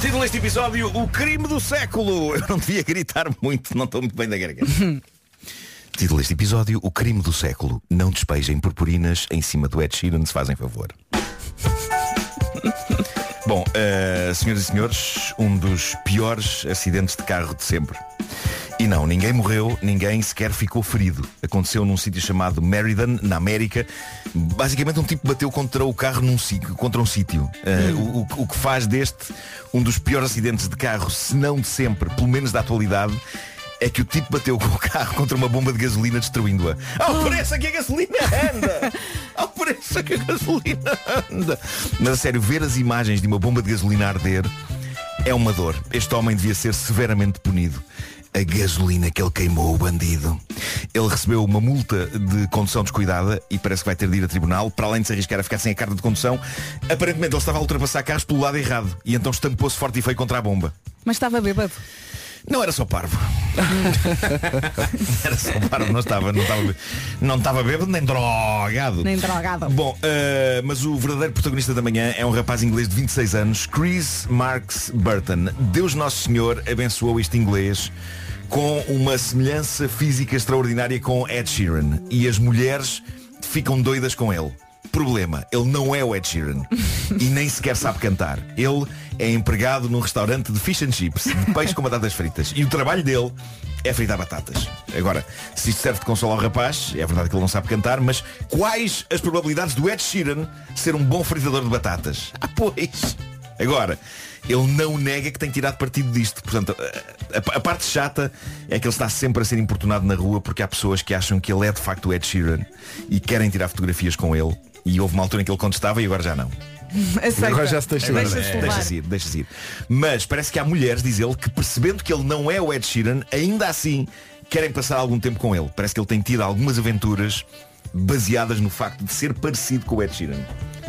Título deste episódio, o crime do século. Eu não devia gritar muito, não estou muito bem da garganta. Título deste episódio, o crime do século. Não despejem purpurinas em cima do Ed Sheeran, se fazem favor. Bom, eh, senhoras e senhores, um dos piores acidentes de carro de sempre. E não, ninguém morreu, ninguém sequer ficou ferido. Aconteceu num sítio chamado Meriden, na América. Basicamente um tipo bateu contra o carro num sítio, contra um sítio. Eh, o- o, o que faz deste um dos piores acidentes de carro, se não de sempre, pelo menos da atualidade, é que o tipo bateu com o carro contra uma bomba de gasolina destruindo-a. Ao preço a que a gasolina anda! Ao preço a que a gasolina anda! Mas a sério, ver as imagens de uma bomba de gasolina a arder é uma dor. Este homem devia ser severamente punido. A gasolina que ele queimou, o bandido. Ele recebeu uma multa de condução descuidada e parece que vai ter de ir a tribunal, para além de se arriscar a ficar sem a carta de condução. Aparentemente ele estava a ultrapassar carros pelo lado errado e então estampou-se forte e feio contra a bomba. Mas estava bêbado. Não era só parvo. era só parvo, não estava, não estava, não estava bêbado nem drogado. Nem drogado. Bom, eh, mas o verdadeiro protagonista da manhã é um rapaz inglês de 26 anos, Chris Marks Burton. Deus Nosso Senhor abençoou este inglês com uma semelhança física extraordinária com Ed Sheeran. E as mulheres ficam doidas com ele. Problema, ele não é o Ed Sheeran e nem sequer sabe cantar. Ele é empregado num restaurante de fish and chips, de peixe com batatas fritas. E o trabalho dele é fritar batatas. Agora, se isto serve de consolo ao rapaz, é verdade que ele não sabe cantar, mas quais as probabilidades do Ed Sheeran ser um bom fritador de batatas? Ah, pois! Agora, ele não nega que tem tirado partido disto. Portanto, a, a- a parte chata é que ele está sempre a ser importunado na rua porque há pessoas que acham que ele é de facto o Ed Sheeran e querem tirar fotografias com ele. E houve uma altura em que ele contestava e agora já não. Aceita. Agora já se deixa Agora, Deixa-se é, levar. Deixa-se ir, deixa-se ir. Mas parece que há mulheres, diz ele, que percebendo que ele não é o Ed Sheeran, ainda assim querem passar algum tempo com ele. Parece que ele tem tido algumas aventuras baseadas no facto de ser parecido com o Ed Sheeran.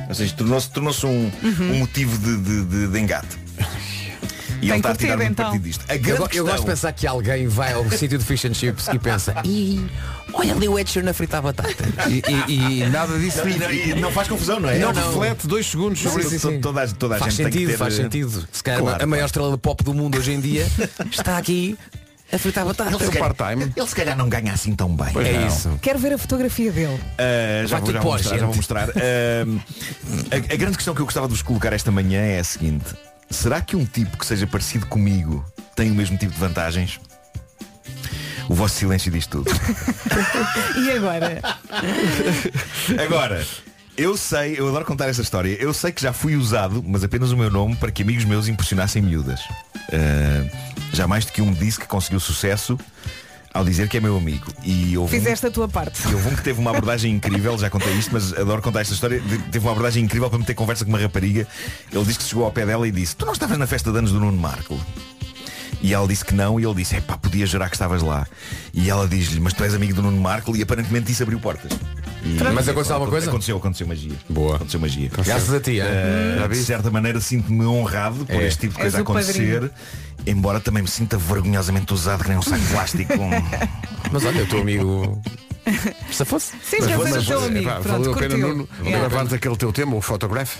Ou seja, tornou-se tornou um, Uhum. um motivo de, de, de- de engate. E ele está a tirar curtido, muito então. partido disto. A grande Eu, go- eu questão, gosto de pensar que alguém vai ao sítio de fish and chips e pensa Ih, olha ali o Ed Sheeran a fritar batata E, e- e nada disso Não, e não, assim. e não faz confusão, não é? não, É um reflexo. reflete dois segundos sobre Sim, isso. sim, sim. Toda a- toda a faz gente tem que sentido, ter- eh, faz sentido Se calhar Claro, a maior claro. estrela de pop do mundo hoje em dia Está aqui a fritar batata Ele- calhar- part-time. Ele se calhar não ganha assim tão bem. É Não. isso Quero ver a fotografia dele. Uh, Vai já, vou, tudo já, para vou a mostrar, já gente. vou mostrar. Um, a, a grande questão que eu gostava de vos colocar esta manhã é a seguinte. Será que um tipo que seja parecido comigo tem o mesmo tipo de vantagens? O vosso silêncio diz tudo. E agora? Agora, eu sei, eu adoro contar esta história. Eu sei que já fui usado, mas apenas o meu nome, para que amigos meus impressionassem miúdas. Uh, já mais do que um me disse que conseguiu sucesso ao dizer que é meu amigo. E houve um- Fizeste a tua parte. E houve um que teve uma abordagem incrível, já contei isto, mas adoro contar esta história. de- Teve uma abordagem incrível para meter conversa com uma rapariga. Ele disse que chegou ao pé dela e disse, tu não estavas na festa de anos do Nuno Marco? E ela disse que não, e ele disse, epá, podia jurar que estavas lá. E ela diz-lhe, mas tu és amigo do Nuno Marco, e aparentemente isso abriu portas. E- Mas aconteceu alguma coisa? Aconteceu, aconteceu magia. Boa. Aconteceu magia. Graças a ti, é? Uh, de certa maneira sinto-me honrado por É. este tipo de És coisa o padrinho. acontecer, embora também me sinta vergonhosamente usado que nem um saco de plástico. Mas olha, o teu amigo Se fosse Sim, já seja Mas, o mas, teu mas, amigo. epá, Pronto, valeu a pena curtiu. Nuno, É. gravares aquele teu tema, o Photograph.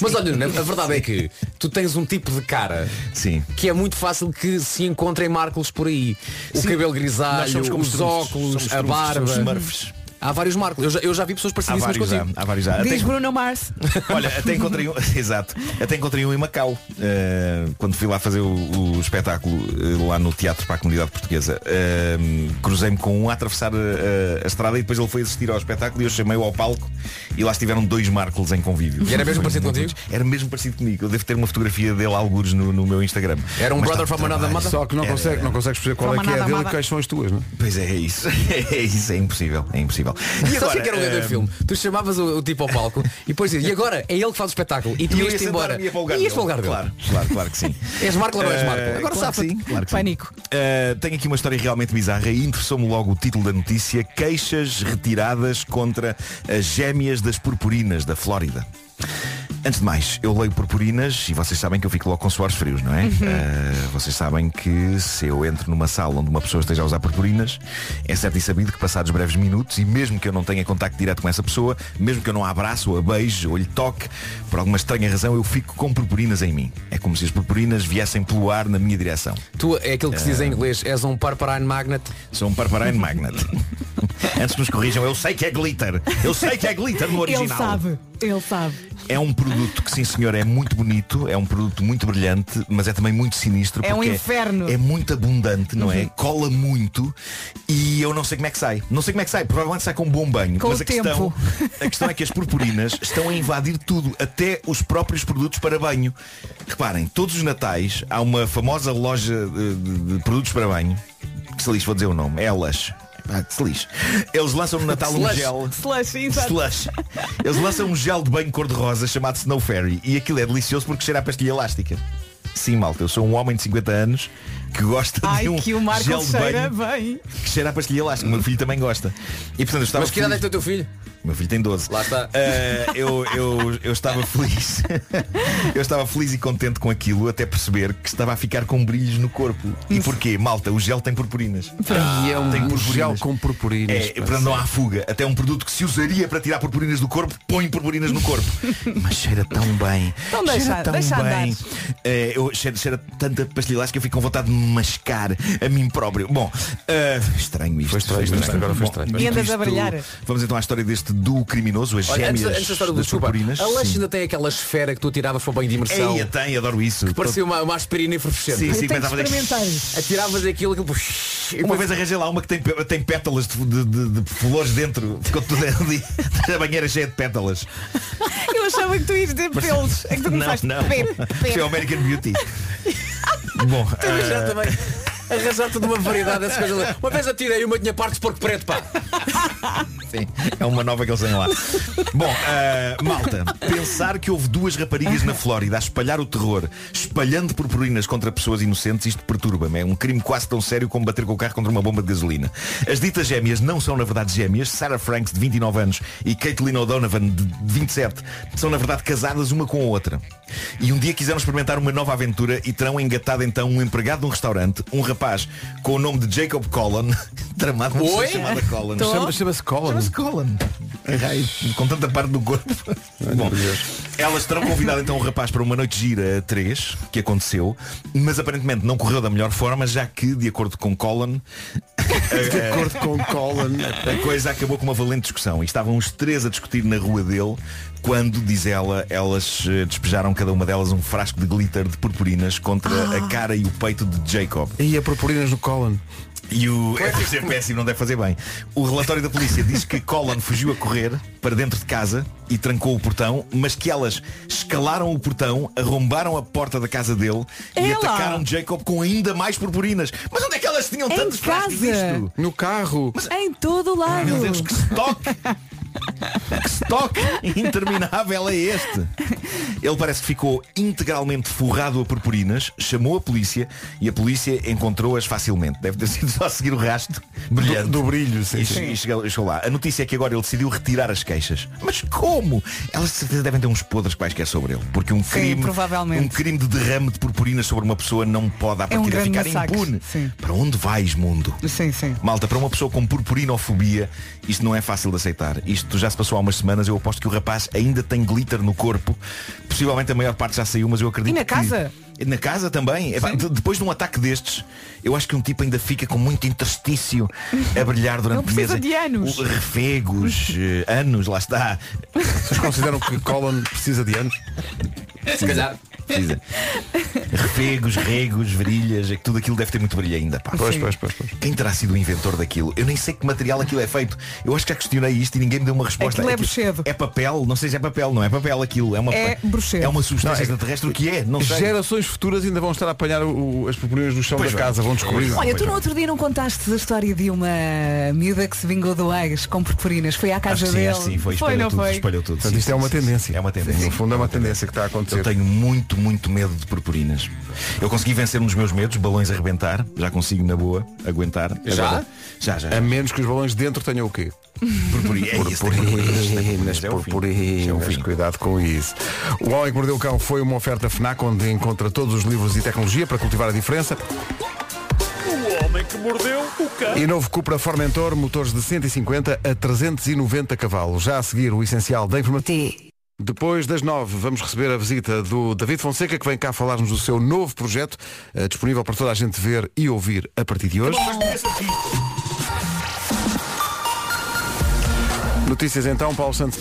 Mas olha, Nuno, a verdade é que tu tens um tipo de cara Sim. que é muito fácil que se encontrem Marcos por aí. O Sim. cabelo Nós somos grisalho, como os Strunks. óculos, Somos a Strunks, barba. somos Smurfs. há vários Marcos. Eu já, eu já vi pessoas Há parecidíssimas vários já, contigo. há vários já. Até- Diz Bruno Mars. Olha, até encontrei um, exato, até encontrei um em Macau, eh, quando fui lá fazer o, o espetáculo eh, lá no Teatro para a Comunidade Portuguesa. Eh, Cruzei-me com um a atravessar eh, a estrada e depois ele foi assistir ao espetáculo e eu chamei-o ao palco e lá estiveram dois Marcos em convívio. E era mesmo Foi parecido muito contigo? bonito. Era mesmo parecido comigo. Eu devo ter uma fotografia dele algures no, no meu Instagram. Era um Mas tá, brother está no from another trabalho. mother? Só que não, Era, consegue, era. não consegues perceber Só qual é que é manada, dele e amada. quais são as tuas, não é? Pois é, é isso. É isso, é impossível. É impossível. E Sabes o que é que era um eh, grande filme? Tu chamavas o, o tipo ao palco e depois dizia, e agora é ele que faz o espetáculo e tu E eu ia ias-te embora. sentar-me e ia para o lugar E ias para o lugar dele. dele. Claro, claro, claro que sim. És Marco ou não és Marco? Eh, Agora claro que safa-te. sim, claro que sim. Pânico. Eh, tenho aqui uma história realmente bizarra e interessou-me logo o título da notícia Queixas retiradas contra as gêmeas das purpurinas da Flórida Antes de mais, eu leio purpurinas e vocês sabem que eu fico logo com suores frios, não é? Eh, vocês sabem que se eu entro numa sala onde uma pessoa esteja a usar purpurinas, é certo e sabido que passados breves minutos, e mesmo que eu não tenha contacto direto com essa pessoa, mesmo que eu não a abraço, ou a beijo, ou lhe toque, por alguma estranha razão eu fico com purpurinas em mim. É como se as purpurinas viessem pelo ar na minha direção. Tu é aquilo que se diz em inglês, és um parparine magnet. Sou um Parparine Magnet. Antes que nos corrijam, eu sei que é glitter. Eu sei que é glitter no original. Ele sabe. Ele sabe. É um produto que, sim senhor, é muito bonito, é um produto muito brilhante, mas é também muito sinistro. É um porque inferno. Uhum. É muito abundante, não é? Cola muito e eu não sei como é que sai. Não sei como é que sai, provavelmente sai com um bom banho. Com mas o a questão, tempo. a questão é que as purpurinas estão a invadir tudo, até os próprios produtos para banho. Reparem, todos os natais há uma famosa loja de, de- de produtos para banho, que se lixe, vou dizer o nome, Elas. Ah, que se lixe. Eles lançam no Natal um Slush. gel Slush, exato. Slush. Eles lançam um gel de banho cor-de-rosa chamado Snow Fairy e aquilo é delicioso porque cheira a pastilha elástica. Sim, malta, eu sou um homem de 50 anos que gosta Ai, de um que o Marco gel de cheira banho bem. que cheira a pastilha elástica. O meu filho também gosta. E portanto eu estava Mas que idade é feliz. que tem o teu filho? Meu filho tem 12. Lá está. Ah, eu, eu, eu estava feliz. eu estava feliz e contente com aquilo até perceber que estava a ficar com brilhos no corpo. E porquê? Malta, o gel tem purpurinas. Ah, e é um tem um gel purpurinas. com purpurinas. É, pá. para não há fuga. Até um produto que se usaria para tirar purpurinas do corpo, põe purpurinas no corpo. Mas cheira tão bem. Então cheira deixa- tão deixa bem. andar. Eh, eu cheiro, cheira tanta pastilha elástica que eu fico com vontade de me mascar a mim próprio. Bom, eh, estranho isto. Foi estranho, Bom, isto agora foi estranho. dito E andas isto, a brilhar. Vamos então à história deste duo criminoso, as Olha, gêmeas antes, antes da história do das desculpa, purpurinas. a lanche Sim. ainda tem aquela esfera que tu tiravas para o banho de imersão. Eia, tem, adoro isso. Parecia uma, uma aspirina efervescente. Sim, sim, Tem que mas estava a dizer- experimentar. Atiravas aquilo, aquilo. e Uma depois- vez arranjei lá uma que tem, pe- tem pétalas de, de- de- de flores dentro. Ficou tudo ali. A banheira cheia de pétalas. Eu achava que tu ias dizer pelos. É que tu Não, começaste não. Pep, pep. Isso é o Nou, American Beauty. Bom, Também eh, já também. Arranjar-te de uma variedade dessas coisas. Uma vez atirei uma, tinha partes de porco preto, pá. Sim, é uma nova que eles têm lá. Bom, ah, malta, pensar que houve duas raparigas na Flórida a espalhar o terror, espalhando purpurinas contra pessoas inocentes, isto perturba-me. É um crime quase tão sério como bater com o carro contra uma bomba de gasolina. As ditas gêmeas não são, na verdade, gêmeas. Sarah Franks, de 29 anos, e Caitlin O'Donovan, de 27, são, na verdade, casadas uma com a outra. E um dia quiseram experimentar uma nova aventura e terão engatado, então, um empregado de um restaurante, um rapaz com o nome de Jacob Collin, tramado por uma pessoa chamada Collin. Chama- Chama-se Colin. Chama-se Colin. Raio, É, com tanta parte do corpo. Bom, elas terão convidado então o rapaz para uma noite gira a três, que aconteceu, mas aparentemente não correu da melhor forma, já que, de acordo com Colin, De acordo com Colin. a coisa acabou com uma valente discussão. E estavam os três a discutir na rua dele quando, diz ela, elas eh, despejaram cada uma delas um frasco de glitter de purpurinas contra a cara e o peito de Jacob. E a purpurinas no Colin. E o é deve ser péssimo, não deve fazer bem. O relatório da polícia diz que Colin fugiu a correr para dentro de casa e trancou o portão, mas que elas escalaram o portão, arrombaram a porta da casa dele e Ela? atacaram Jacob com ainda mais purpurinas. Mas onde é que elas tinham Em tantos frascos casa. disto? É. No carro. Em todo o lado. Meu Deus, que estoque! Que estoque interminável é este! Ele parece que ficou integralmente forrado a purpurinas, chamou a polícia e a polícia encontrou-as facilmente. Deve ter sido só seguir o rastro brilhante. do brilho, sim, E sim. che- e chegou, chegou lá. A notícia é que agora ele decidiu retirar as queixas. Mas como? Elas de certeza devem ter uns podres quaisquer sobre ele. Porque um crime, provavelmente. um crime de derrame de purpurinas sobre uma pessoa não pode à É um partida grande ficar massacre, impune. sim. Para onde vais, mundo? Sim, sim. Malta, para uma pessoa com purpurinofobia, isto não é fácil de aceitar. Isto já se passou há umas semanas, eu aposto que o rapaz ainda tem glitter no corpo. Possivelmente a maior parte já saiu, mas eu acredito E na que- casa? Na casa também. Epá, de- depois de um ataque destes, eu acho que um tipo ainda fica com muito interstício a brilhar durante Não precisa meses. de anos. O- Refegos, eh, anos, lá está. Vocês consideram que Colin precisa de anos? Se calhar. Precisa. Refegos, regos, virilhas, é que tudo aquilo deve ter muito brilho ainda. Pá. Pois, pois, pois, pois. Quem terá sido o inventor daquilo? Eu nem sei que material aquilo é feito. Eu acho que já questionei isto e ninguém me deu uma resposta. Aquilo é bruxedo. É papel? Não sei se é papel, não é papel aquilo. É uma, É bruxedo. é uma substância extraterrestre. O que é? Não sei. Gerações futuras ainda vão estar a apanhar o- o- as purpurinas do chão Pois da vão. casa, vão descobrir. Pois vão. Olha, tu no outro dia não contaste a história de uma miúda que se vingou do ex com purpurinas. Foi à casa Acho que Ah, sim, Ah, dele. acho que sim. Foi, espalhou não tudo, foi? espalhou tudo. Portanto, Sim, isto é uma sim, sim, tendência. É uma tendência. No fundo é uma tendência que está a acontecer. Eu tenho muito, muito medo de purpurinas. Eu consegui vencer um dos meus medos, balões a arrebentar. Já consigo, na boa, aguentar. É Já? Já, já. já. A menos que os balões dentro tenham o quê? Purpurinas. É isso, tem purpurinas, tem Purpurinas, é o fim. É o purpurinas, fim. cuidado com isso. O Homem que Mordeu o Cão foi uma oferta FNAC onde encontra todos os livros e tecnologia para cultivar a diferença. O homem que mordeu o cão. E novo Cupra Formentor, motores de 150 a 390 cavalos. Já a seguir o essencial da informação. Sim. Depois das nove, vamos receber a visita do David Fonseca, que vem cá falar-nos do seu novo projeto, eh, disponível para toda a gente ver e ouvir a partir de hoje. Notícias então, Paulo Santos.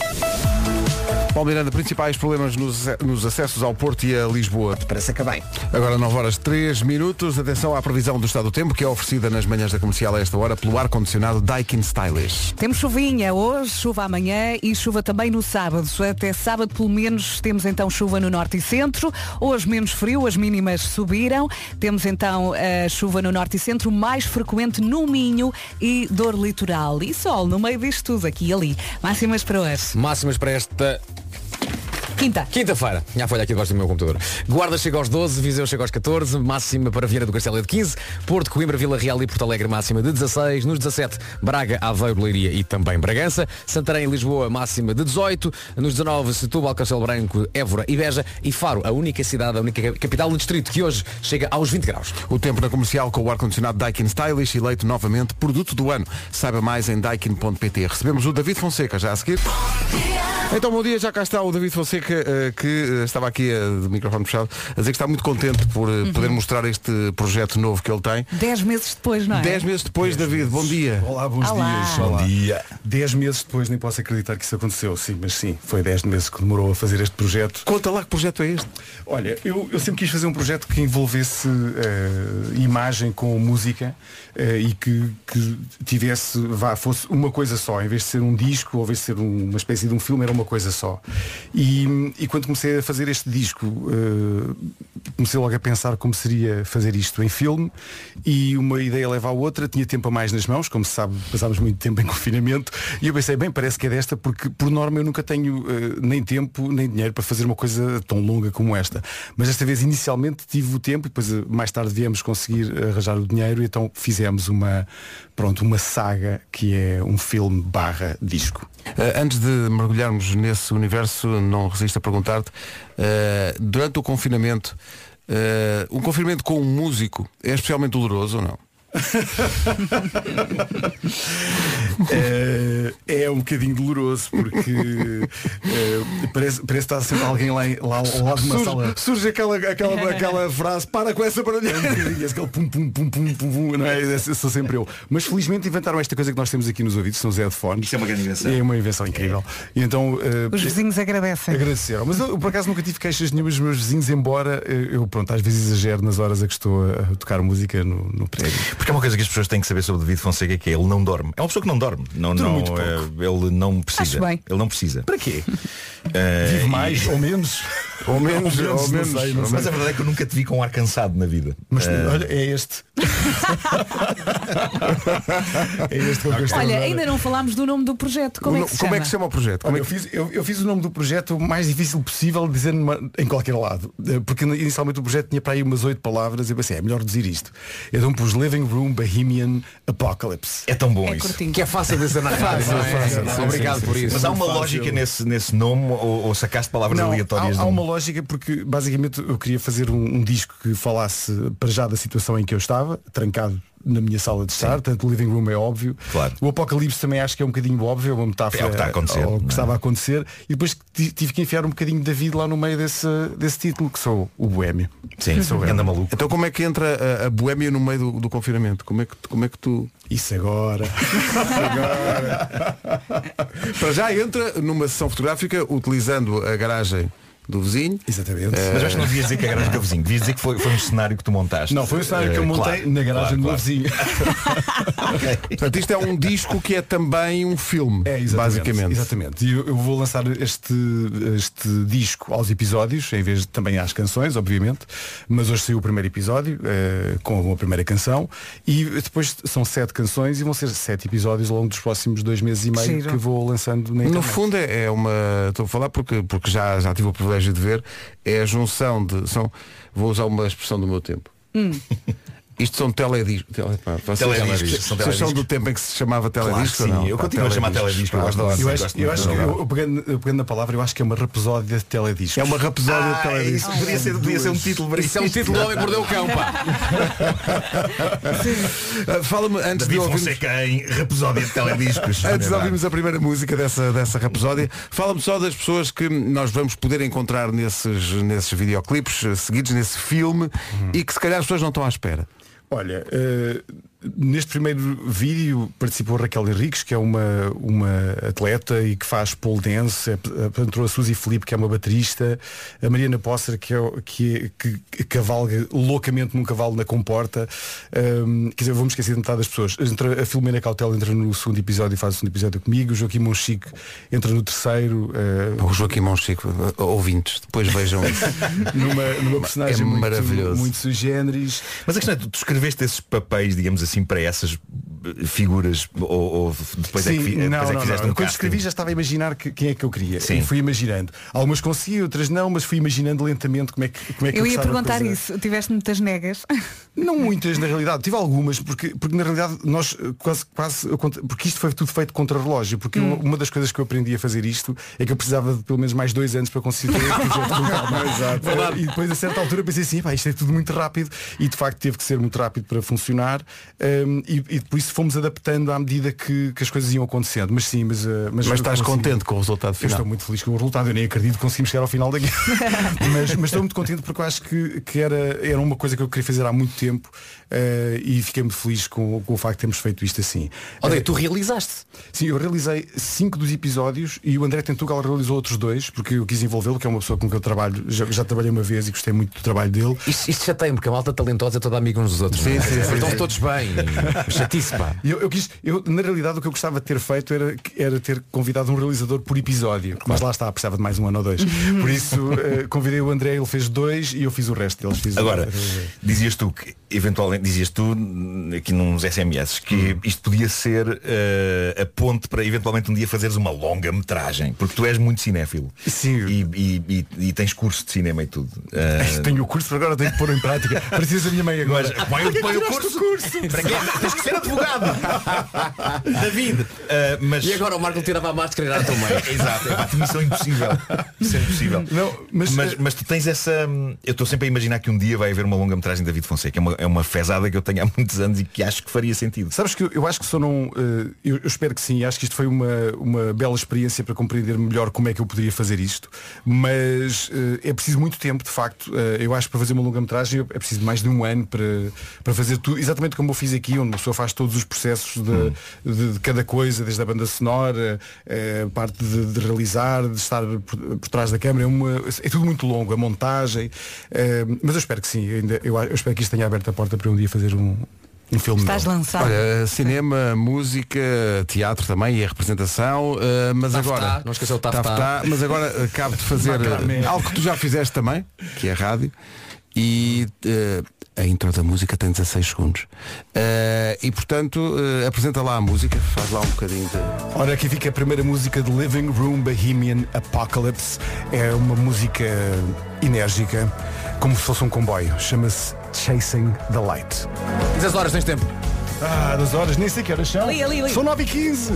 Paulo Miranda, principais problemas nos, nos acessos ao Porto e a Lisboa. Para se acabar. Agora 9 horas 3 minutos. Atenção à previsão do estado do tempo, que é oferecida nas manhãs da comercial a esta hora pelo ar-condicionado Daikin Stylish. Temos chuvinha hoje, chuva amanhã e chuva também no sábado. Até sábado, pelo menos, temos então chuva no norte e centro. Hoje menos frio, as mínimas subiram. Temos então a chuva no norte e centro, mais frequente no Minho e dor litoral. E sol no meio disto tudo, aqui e ali. Máximas para hoje. Máximas para esta Quinta. Quinta-feira, minha folha aqui gosta do meu computador. Guarda chega aos 12, Viseu chega aos 14, máxima para Vieira do Castelo é de 15, Porto, Coimbra, Vila Real e Porto Alegre máxima de 16, nos 17, Braga, Aveiro, Leiria e também Bragança, Santarém e Lisboa máxima de 18, nos 19, Setúbal, Castelo Branco, Évora e Beja e Faro, a única cidade, a única capital do distrito que hoje chega aos 20 graus. O tempo na comercial com o ar-condicionado Daikin Stylish, eleito novamente produto do ano. Saiba mais em daikin.pt. Recebemos o David Fonseca já a seguir. Então, bom dia, já cá está o David Fonseca, eh, que eh, estava aqui eh, de microfone fechado, a dizer que está muito contente por eh, poder mostrar este projeto novo que ele tem. Dez meses depois, não é? Dez meses depois, David, bom dia. Olá, bons Olá. dias. Bom dia. Dez meses depois, nem posso acreditar que isso aconteceu. Sim, mas sim, foi dez meses que demorou a fazer este projeto. Conta lá que projeto é este. Olha, eu, eu sempre quis fazer um projeto que envolvesse eh, imagem com música eh, e que, que tivesse, vá, fosse uma coisa só. Em vez de ser um disco, ou em vez de ser um- uma espécie de um filme, era uma coisa só. E, e quando comecei a fazer este disco, eh, comecei logo a pensar como seria fazer isto em filme e uma ideia leva à outra, tinha tempo a mais nas mãos, como se sabe, passámos muito tempo em confinamento, e eu pensei, bem, parece que é desta, porque por norma eu nunca tenho eh, nem tempo nem dinheiro para fazer uma coisa tão longa como esta. Mas desta vez inicialmente tive o tempo e depois eh, mais tarde viemos conseguir arranjar o dinheiro e então fizemos uma, pronto, uma saga que é um filme barra disco. Eh, Antes de mergulharmos nesse universo, não resisto a perguntar-te, eh, durante o confinamento, eh, um confinamento com um músico é especialmente doloroso ou não? Eh, é um bocadinho doloroso porque eh, parece, parece que está sempre alguém lá, em- lá ao lado de uma sala. surge aquela, aquela, aquela frase, para com essa É um bocadinho esse aquele pum pum pum pum pum pum, não é? Esse sou sempre eu. Mas felizmente inventaram esta coisa que nós temos aqui nos ouvidos, são os headphones. Isso é uma grande invenção. É uma invenção incrível. E então eh, Os vizinhos agradecem. agradeceram. Mas eu por acaso nunca tive queixas nenhuma dos meus vizinhos, embora eh, eu pronto, às vezes exagero nas horas a que estou a a tocar música no, no prédio. Porque é uma coisa que as pessoas têm que saber sobre o David Fonseca que é ele não dorme. É uma pessoa que não dorme. Não, não, muito pouco. eh, ele não precisa. Acho bem. Ele não precisa. Para quê? Eh, Vive e- mais ou menos. Ou menos, Ou ou não menos, sei, não ou sei. Mas a verdade é que eu nunca te vi com um ar cansado na vida. Mas Eh, olha, é este. é este que eu gostei. Olha, agora. ainda não falámos do nome do projeto. Como, é, que se Como é que se chama? chama o projeto? Como Olha, é eu, que... fiz, eu, eu fiz o nome do projeto o mais difícil possível de dizer numa- em qualquer lado. Eh, Porque inicialmente o projeto tinha para aí umas oito palavras e eu pensei, é melhor dizer isto. Então pus Living Room Bohemian Apocalypse. é tão bom É isso. curtinho. Que é fácil de ser na rádio, não é? Obrigado por isso. Mas há uma lógica nesse, nesse nome ou, ou sacaste palavras Não, aleatórias? há, há de um- uma lógica porque basicamente eu queria fazer um, um disco que falasse para já da situação em que eu estava, trancado na minha sala de estar, tanto o living room é óbvio. Claro. O apocalipse também acho que é um bocadinho óbvio, é uma metáfora É o que está a acontecer, ao que não é? estava a acontecer. E depois ti- tive que enfiar um bocadinho de David lá no meio desse, desse título, que sou o boémio. Sim, anda maluco. Então como é que entra a, a boémia no meio do, do confinamento? Como é que, tu- como é que tu... Isso agora. Para já entra numa sessão fotográfica utilizando a garagem do vizinho. Exatamente. Mas eu acho que não devia dizer que a garagem do teu vizinho, devia dizer que foi, foi um cenário que tu montaste. Não, foi o cenário que eu Eh, montei claro, na claro, garagem do meu claro. vizinho. Portanto, isto é um disco que é também um filme, É, exatamente. basicamente. Exatamente. E eu, eu vou lançar este, este disco aos episódios, em vez de também às canções, obviamente. Mas hoje saiu o primeiro episódio, eh, com a primeira canção. E depois são sete canções e vão ser sete episódios ao longo dos próximos dois meses e meio Giro. que vou lançando na No internet. fundo é é uma. Estou a falar porque, porque já, já tive o privilégio de ver. É a junção de. São, vou usar uma expressão do meu tempo. Hum. Isto são telediscos. Tele, pá, vocês- Telediscos, vocês são vocês são telediscos. do tempo em que se chamava que teledisco ou sim, não? eu Pá, continuo a chamar teledisco, eu gosto pá, de- assim. Eu Sim, acho, gosto eu muito acho que, do eu, eu pegando, eu pegando na palavra, eu acho que é uma rapesódia de telediscos. É uma rapesódia de Ah, é teledisco. isso, podia, ser, podia ser um título para Isso é um título do homem que mordeu o cão, pá. Ah, Fala-me antes de David ouvirmos. Fonseca em Rapesódia de Telediscos. é Antes de ouvirmos a primeira música dessa, dessa rapsódia, fala-me só das pessoas que nós vamos poder encontrar nesses, nesses videoclipes eh, seguidos, nesse filme, e que se calhar as pessoas não estão à espera. Olha, eh, neste primeiro vídeo participou Raquel Henriques, que é uma, uma atleta e que faz pole dance, eh, p- entrou a Suzy Felipe, que é uma baterista, a Mariana Posser, que, é, o- que, é- que- que cavalga loucamente num cavalo na comporta. Ehm, quer dizer, vou-me esquecer de metade das pessoas. Entra, a Filomena Cautela entra no segundo episódio e faz o segundo episódio comigo, o Joaquim Monchique entra no terceiro, eh, O Joaquim Monchico, eh, ouvintes, depois vejam isso. numa, numa personagem muito- maravilhoso. muito sui generis. Mas a questão é, tu tu escreveste esses papéis, digamos assim, para essas eh, figuras ou, ou depois, é que, fi- depois é que fizeste um Quando casting? escrevi já estava a imaginar que- quem é que eu queria. Sim. E fui imaginando. Algumas consegui, outras não, mas fui imaginando lentamente como é que, como é que Eu ia gostava de perguntar fazer. isso. Tiveste muitas negas. Não muitas, na realidade. Tive algumas, porque, porque na realidade nós eh, quase, quase eu cont- porque isto foi tudo feito contra relógio, porque uma, uma das coisas que eu aprendi a fazer isto é que eu precisava de pelo menos mais dois anos para conseguir ter este projeto colocado. Eh, E depois a certa altura pensei assim, "Epá, isto é tudo muito rápido e de facto teve que ser muito rápido para funcionar ehm, e, e por isso fomos adaptando à medida que, que as coisas iam acontecendo. Mas sim, mas, eh, mas, Mas estás consegui- contente com o resultado eu final? estou muito feliz com o resultado, eu nem acredito que conseguimos chegar ao final daqui. mas, mas estou muito contente porque eu acho que, que era, era uma coisa que eu queria fazer há muito tempo eh, e fiquei muito feliz com, com o facto de termos feito isto assim. Eh, Olha, tu realizaste. Sim, eu realizei cinco dos episódios e o André Tentugal realizou outros dois, porque eu quis envolvê-lo, que é uma pessoa com quem eu trabalho, já, já trabalhei uma vez e gostei muito do trabalho dele. é? Isto, isto já tem, porque a malta talentosa é toda amiga uns dos outros. Sim, sim, Estão todos bem. Chatice, pá. pá. Eu, eu quis, eu, na realidade o que eu gostava de ter feito era, era ter convidado um realizador por episódio. Mas lá está, precisava de mais um ano ou dois. Uhum. Por isso eh, convidei o André, ele fez dois e eu fiz o resto deles. Fiz o- Agora, dizias tu que, eventualmente, dizias tu n- aqui nos SMS Hum. que isto podia ser eh, a ponte para eventualmente um dia fazeres uma longa metragem, porque tu és muito cinéfilo. Sim. E, e- e- e tens curso de cinema e tudo. Eh, Tenho o curso, agora tenho que pôr em prática. Precisa da minha mãe agora. mas põe o- põe o curso. Para quê? Tens que ser advogado. David. Eh, mas E agora o Marco tirava a máscara e era a tua mãe. Exato, é pá, missão impossível. Isso é impossível. Não, mas- eh, mas, mas, tu tens essa. hum, Eu estou sempre a imaginar que um dia vai haver uma longa-metragem de David Fonseca. É uma, é uma fezada que eu tenho há muitos anos e que acho que faria sentido. Sabes que eu- eu acho que só não. eh, eu, eu espero que sim, acho que isto foi uma, uma bela experiência para compreender melhor como é que eu poderia fazer isto, mas eh, é preciso muito tempo, de facto. Eh, eu acho que para fazer uma longa-metragem é preciso mais de um ano para, para fazer tudo, exatamente como eu fiz aqui, onde uma pessoa faz todos os processos de, de- de cada coisa, desde a banda sonora, eh, a parte de, de realizar, de estar por, por trás da câmera. É, uma- é tudo muito longo, a montagem. eh, mas eu espero que sim, ainda, eu, a- eu espero que isto tenha aberto a porta para um dia fazer um. Um filme Estás meu. lançado. Olha, cinema, música, teatro também e a representação, uh, mas Taftá, agora. não esqueça o Taftá. mas agora uh, cabe de fazer uh, algo que tu já fizeste também, que é rádio, e uh, a intro da música tem 16 segundos. Uh, e portanto, uh, apresenta lá a música, faz lá um bocadinho de. Ora, aqui fica a primeira música de Living Room Bohemian Apocalypse. É uma música enérgica, como se fosse um comboio. Chama-se Chasing the Light. 16 horas, tens tempo. Ah, das horas, nem sei que horas são. Ali, ali, ali. São 9 e 15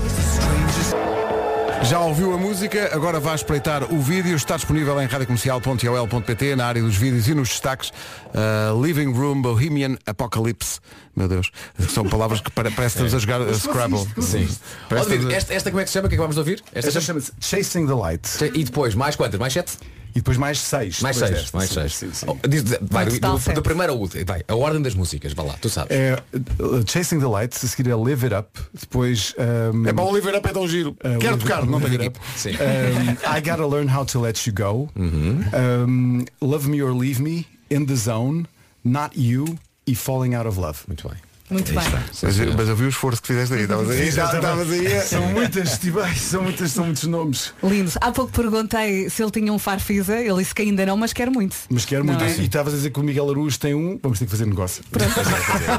Já ouviu a música, agora vai espreitar o vídeo, está disponível em radiocomercial.ol.pt na área dos vídeos e nos destaques. Uh, Living Room Bohemian Apocalypse. Meu Deus, são palavras que pare- parece que estamos a jogar uh, Scrabble. assim, Sim. Ó, Parece David, que- esta, esta como é que se chama? O que é que vamos ouvir? Esta, Esta chama-se Chasing the Light. E depois, mais quantas? Mais sete? E depois mais 6. Mais seis. Mais seis. Oh, diz- Vai, No do, total do, sete. do primeiro ao último. Vai, a ordem das músicas, vá lá, tu sabes. É uh, Chasing the Light, a seguir é Live It Up, depois um, É para o Oliver Up é tão giro. Uh, Quero Live- tocar, não Live tenho aqui. It Up. Sim. Um, I Gotta Learn How to Let You Go. Uhum. Um, Love Me or Leave Me, In the Zone, Not You e Falling Out of Love. Muito bem. Muito bem. Mas, eu- mas eu vi o esforço que fizeste aí. Estavas aí, já estavas aí. é. São muitas, Tibais, são muitas, são muitos nomes. Lindo. Há pouco perguntei se ele tinha um farfisa, ele disse que ainda não, mas quer muito. Mas quero Não muito. é? E estavas a dizer que o Miguel Araújo tem um, vamos ter que fazer negócio.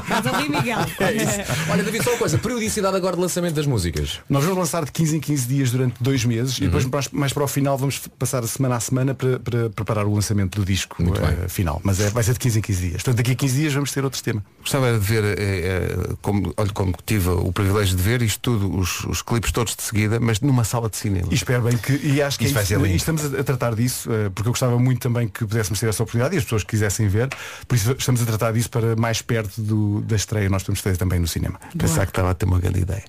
Mas ali Miguel. É Olha, David, só uma coisa, periodicidade agora de lançamento das músicas. Nós vamos lançar de 15 em 15 dias durante dois meses Uhum. e depois mais, mais para o final vamos f- passar a semana a semana para, para preparar o lançamento do disco eh, final. Mas é, vai ser de 15 em 15 dias. Portanto, daqui a 15 dias vamos ter outro tema. Gostava era de ver, eh, eh, como, olha, como tive o privilégio de ver isto tudo, os, os clipes todos de seguida, mas numa sala de cinema. E espero bem que. E acho que Isso é vai ser lindo. e estamos a, a tratar disso, eh, porque eu gostava muito também que pudéssemos ter essa oportunidade e as pessoas que quisessem ver. Por isso estamos a tratar disso para mais perto do- da estreia nós podemos fazer também no cinema. Pensar que estava a ter uma grande ideia.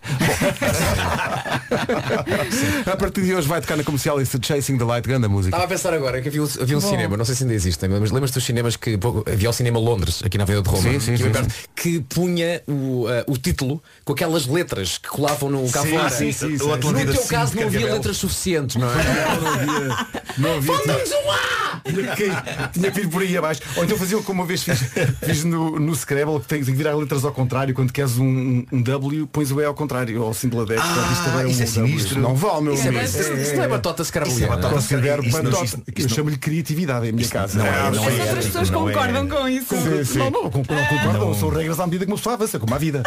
Bom. a partir de hoje vai tocar na comercial esse Chasing the Light, grande música. Estava a pensar agora que havia, um- havia um cinema, não sei se ainda existem, mas lembras-te dos cinemas que pô, havia o cinema Londres, aqui na Avenida de Roma, Sim, sim, aqui bem sim, perto, que punha o, ah, o título com aquelas letras que colavam no cá fora. sim, sim, sim. O No Atlântida teu cinco, caso não havia Carcavel. letras suficientes, não é? Não havia Falta-nos um A! tinha, que- tinha que ir por aí abaixo. Ou então fazia como uma vez fiz, fiz no, no Scrabble, que tens que virar letras ao contrário. Quando queres um- um, um W, pões o E ao contrário. Ou o símbolo da X, portanto, isto também isso é um W. sinistro. Não vale, meu Isso, é, amigo. isso, isso não é batota Isso é scrabbliana. batota. Considero Isso não- patota. isso- isso Eu não- chamo-lhe criatividade em minha casa. não é- não Ah, As é outras ético, pessoas não é- concordam com isso. Sim, sim. Não, não, con- não concordam, são regras à medida que uma pessoa avança, como a vida.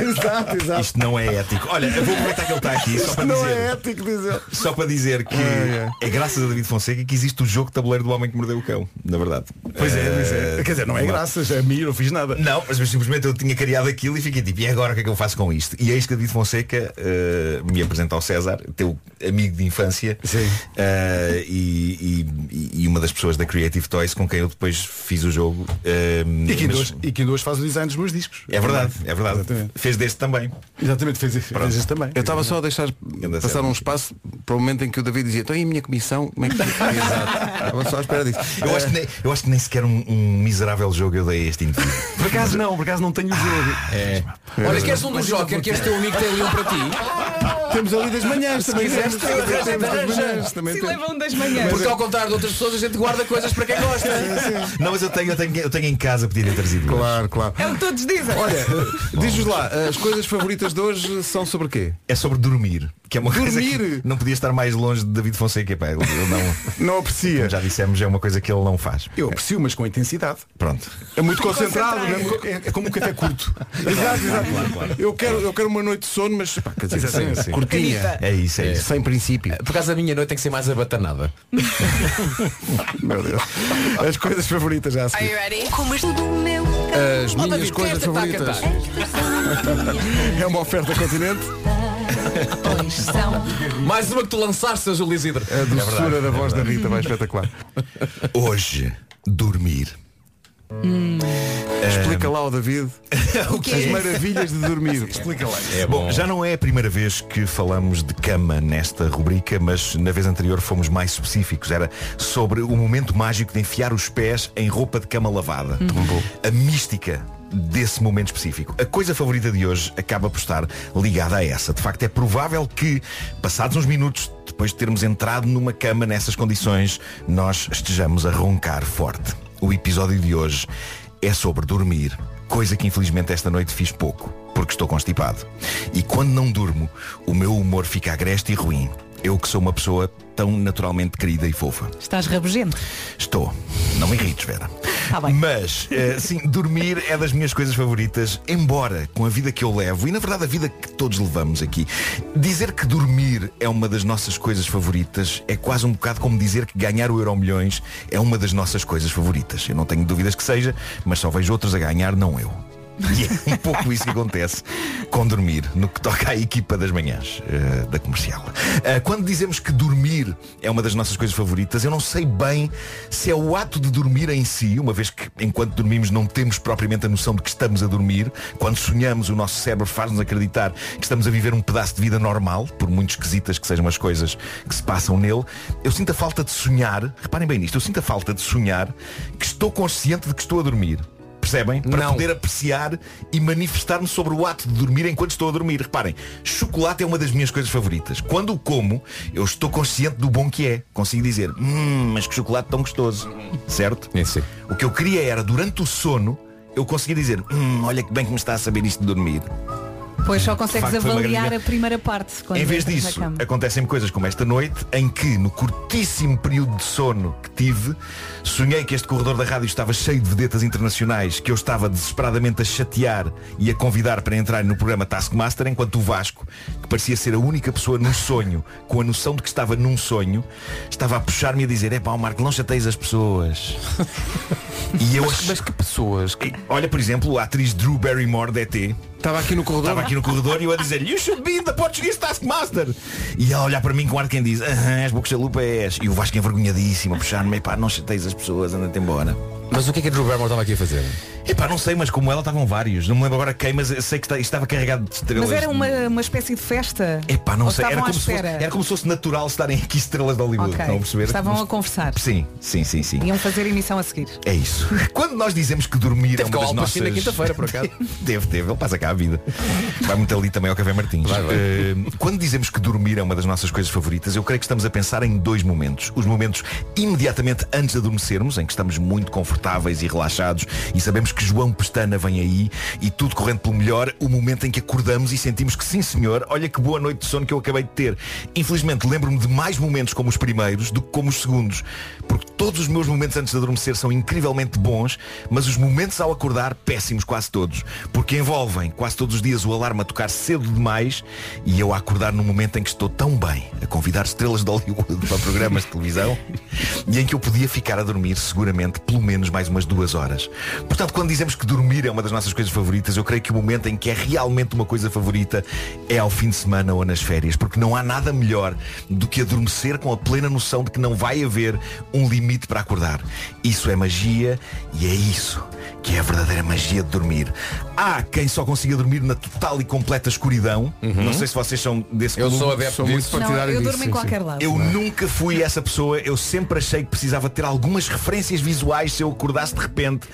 exato, exato. Isto não é ético. Olha, eu vou aproveitar que ele está aqui só para não dizer. é ético, diz ele. Só para dizer que é, graças a David Fonseca que existe o jogo de tabuleiro do homem que mordeu o cão, na verdade. Pois é, Eh, pois é. Quer dizer, não é uma- graças a mim, eu não fiz nada. Não, mas simplesmente eu tinha criado aquilo e fiquei tipo, e agora o que é que eu faço com isto? E eis que David Fonseca eh, me apresenta ao César, teu amigo de infância, eh, e, e- e uma das pessoas da Creative Toys com quem eu depois fiz o jogo. eh, E quem, mas- duas, e quem duas faz o design dos meus discos. É verdade, é verdade. Exatamente. Fez deste também. Exatamente, fez, fez este também. Eu estava só a deixar passar um espaço para o momento em que o David dizia, então e a minha comissão? Como é que fica?" Exato. Estava só à espera disso. Eh, Eu acho que nem, eu acho que nem sequer um, um miserável jogo eu dei a este indivíduo. Por acaso não, por acaso não tenho o jogo. Olha, queres um do Joker, queres teu amigo que tem ali um para ti? Temos ali das manhãs também. quiseres, temos, temos das manhãs também. Se Então- temos. levam das manhãs. Porque ao contrário de outras pessoas a gente guarda coisas para quem gosta. Não, mas eu tenho, eu tenho, eu tenho em casa pedir trazido. Claro, claro. É o que todos dizem. Olha, diz-nos lá, as coisas favoritas de hoje são sobre quê? É sobre dormir. Que é uma coisa que Dormir? não podia estar mais longe de David Fonseca. Pá, ele, ele não, Não aprecia. como já dissemos, é uma coisa que ele não faz. Eu aprecio, mas com intensidade. Pronto. É muito concentrado, Concentrado. não é? É como um café curto. Exato, exato. Claro, claro. Eu quero, eu quero uma noite de sono, mas pá, quer dizer, Sim, sem- sim. curtinha. É isso, é isso. Sem princípio. Por causa da minha noite tem que ser mais abatanada. Meu Deus. As coisas favoritas já a Are seguir. you ready? As minhas coisas favoritas. É uma oferta continente. Mais uma que tu lançaste, seu Júlio Isidro. É A doçura da voz da Rita vai espetacular. Hoje, dormir. Explica lá ao David as maravilhas de dormir. é Explica lá. É bom. já não é a primeira vez que falamos de cama nesta rubrica, mas na vez anterior fomos mais específicos. Era sobre o momento mágico de enfiar os pés em roupa de cama lavada. A mística desse momento específico. A coisa favorita de hoje acaba por estar ligada a essa. De facto, é provável que, passados uns minutos, depois de termos entrado numa cama nessas condições, nós estejamos a roncar forte. O episódio de hoje é sobre dormir, coisa que infelizmente esta noite fiz pouco, porque estou constipado. E quando não durmo, o meu humor fica agreste e ruim. Eu que sou uma pessoa tão naturalmente querida e fofa. Estás rabugento. Estou. Não me irrites, Vera. Tá bem. Mas, eh, sim, dormir é das minhas coisas favoritas, embora com a vida que eu levo e na verdade a vida que todos levamos aqui. Dizer que dormir é uma das nossas coisas favoritas é quase um bocado como dizer que ganhar o Euro Milhões é uma das nossas coisas favoritas. Eu não tenho dúvidas que seja, mas só vejo outros a ganhar, não eu. E é um pouco isso que acontece com dormir, no que toca à equipa das manhãs eh, da comercial. Eh, quando dizemos que dormir é uma das nossas coisas favoritas, eu não sei bem se é o ato de dormir em si, uma vez que enquanto dormimos não temos propriamente a noção de que estamos a dormir. Quando sonhamos, o nosso cérebro faz-nos acreditar que estamos a viver um pedaço de vida normal, por muito esquisitas que sejam as coisas que se passam nele. Eu sinto a falta de sonhar, reparem bem nisto, eu sinto a falta de sonhar que estou consciente de que estou a dormir. Percebem? Para Não. poder apreciar e manifestar-me sobre o ato de dormir enquanto estou a dormir. Reparem, chocolate é uma das minhas coisas favoritas. Quando o como, eu estou consciente do bom que é. Consigo dizer, hum, mas que chocolate tão gostoso. Certo? É, sim. O que eu queria era, durante o sono, eu conseguia dizer, hum, olha que bem que me está a saber isto de dormir. Pois só consegues facto, foi uma avaliar grande- a primeira parte. Quando Em vez entras na disso, cama. acontecem coisas como esta noite, em que, no curtíssimo período de sono que tive, sonhei que este corredor da rádio estava cheio de vedetas internacionais que eu estava desesperadamente a chatear e a convidar para entrar no programa Taskmaster, enquanto o Vasco, que parecia ser a única pessoa num sonho, com a noção de que estava num sonho, estava a puxar-me a dizer, é pá, Marco, não chateias as pessoas. e eu ach- que pessoas. E Olha, por exemplo, a atriz Drew Barrymore da ET, Estava aqui no corredor. Estava aqui no corredor e eu a dizer You should be the Portuguese Taskmaster E ela a olhar para mim com ar de quem diz Aham, és boca chalupa és E o Vasco envergonhadíssimo a puxar-me Epá, não chateis as pessoas, anda-te embora Mas o que é que a Drew Barrymore estava aqui a fazer? Epá, não sei, mas como ela estavam vários Não me lembro agora quem, mas eu sei que está- estava carregado de estrelas Mas era uma, uma espécie de festa. Epá, não Ou sei, era estavam à como, se fosse, espera. era como se fosse natural estarem aqui estrelas de Hollywood Ok. Não perceber? Estavam a conversar. Sim, sim, sim, sim Iam fazer emissão a seguir. É isso. Quando nós dizemos que dormir Teve é com uma o das Al nossas... Pacino na quinta-feira, por acaso. Teve, teve. Ele passa cá a vida. Vai muito ali também ao Café Martins. Eh, quando dizemos que dormir é uma das nossas coisas favoritas, eu creio que estamos a pensar em dois momentos. Os momentos imediatamente antes de adormecermos, em que estamos muito confortáveis e relaxados e sabemos que João Pestana vem aí e tudo correndo pelo melhor, o momento em que acordamos e sentimos que sim senhor, olha que boa noite de sono que eu acabei de ter. Infelizmente lembro-me de mais momentos como os primeiros do que como os segundos, porque todos os meus momentos antes de adormecer são incrivelmente bons, mas os momentos ao acordar péssimos quase todos, porque envolvem quase todos os dias o alarme a tocar cedo demais e eu a acordar num momento em que estou tão bem, a convidar estrelas de Hollywood para programas de televisão e em que eu podia ficar a dormir seguramente pelo menos mais umas duas horas. Portanto, quando dizemos que dormir é uma das nossas coisas favoritas, eu creio que o momento em que é realmente uma coisa favorita é ao fim de semana ou nas férias, porque não há nada melhor do que adormecer com a plena noção de que não vai haver um limite para acordar. Isso é magia e é isso que é a verdadeira magia de dormir. Há quem só consiga dormir na total e completa escuridão. Não sei se vocês são desse Uhum. Eu clube. sou adepto Sou muito disso. Não, partidário eu disso, durmo em sim, qualquer lado. Eu nunca fui essa pessoa, eu sempre achei que precisava ter algumas referências visuais se eu acordasse de repente.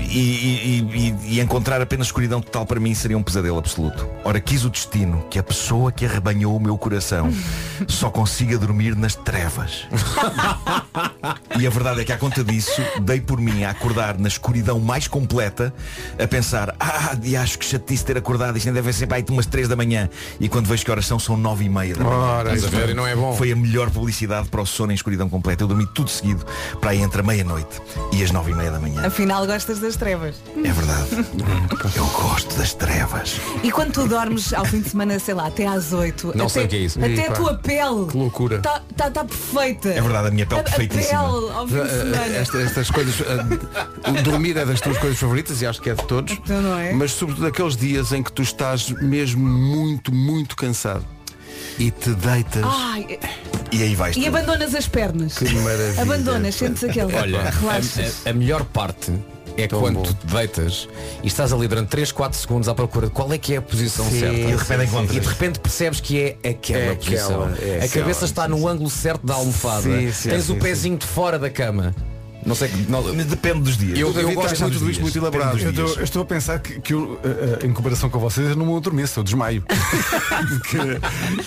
e, e- e- e encontrar apenas escuridão total para mim seria um pesadelo absoluto. Ora, quis o destino que é a pessoa que arrebanhou o meu coração só consiga dormir nas trevas. E a verdade é que à conta disso Dei por mim a acordar na escuridão mais completa A pensar Ah, acho que chatice ter acordado Isto ainda deve ser para aí de umas 3 da manhã E quando vejo que horas são, são 9 e meia da manhã Ora, Estás a ver? e não é bom. Foi a melhor publicidade para o sono em escuridão completa Eu dormi tudo seguido Para aí entre a meia-noite e as 9 e meia da manhã Afinal, gostas das trevas. É verdade Eu gosto das trevas E quando tu dormes ao fim de semana, sei lá, até às 8 Não até, sei o que é isso. Até a Epá, tua pele que loucura. Está tá, tá perfeita É verdade, a minha pele a, a pele perfeitíssima. ao fim de eh, Ah, semana esta- estas coisas ah, o dormir é das tuas coisas favoritas e acho que é de todos Então não é? mas sobretudo aqueles dias em que tu estás mesmo muito muito cansado e te é deitas Ai, E aí vais E tu. abandonas as pernas Que maravilha. Abandonas, sentes aquele Olha, é, Relaxas a, a- a melhor parte é quando É bom. tu te deitas e estás ali durante 3, 4 segundos à procura de qual é que é a posição Sim, certa. sim, E de repente E encontras de repente percebes que é aquela É aquela, posição. é a aquela, cabeça está no ângulo certo da almofada. Sim, sim, Tens sim, o pezinho de fora da cama. Não sei que. não- Depende dos dias Eu- David, gosto estás muito muito dos disto muito dias. elaborado Depende Eu dos estou, dias. eu estou a pensar que, que eu, eh, eh, em comparação com vocês, eu não adormeço, eu desmaio. Porque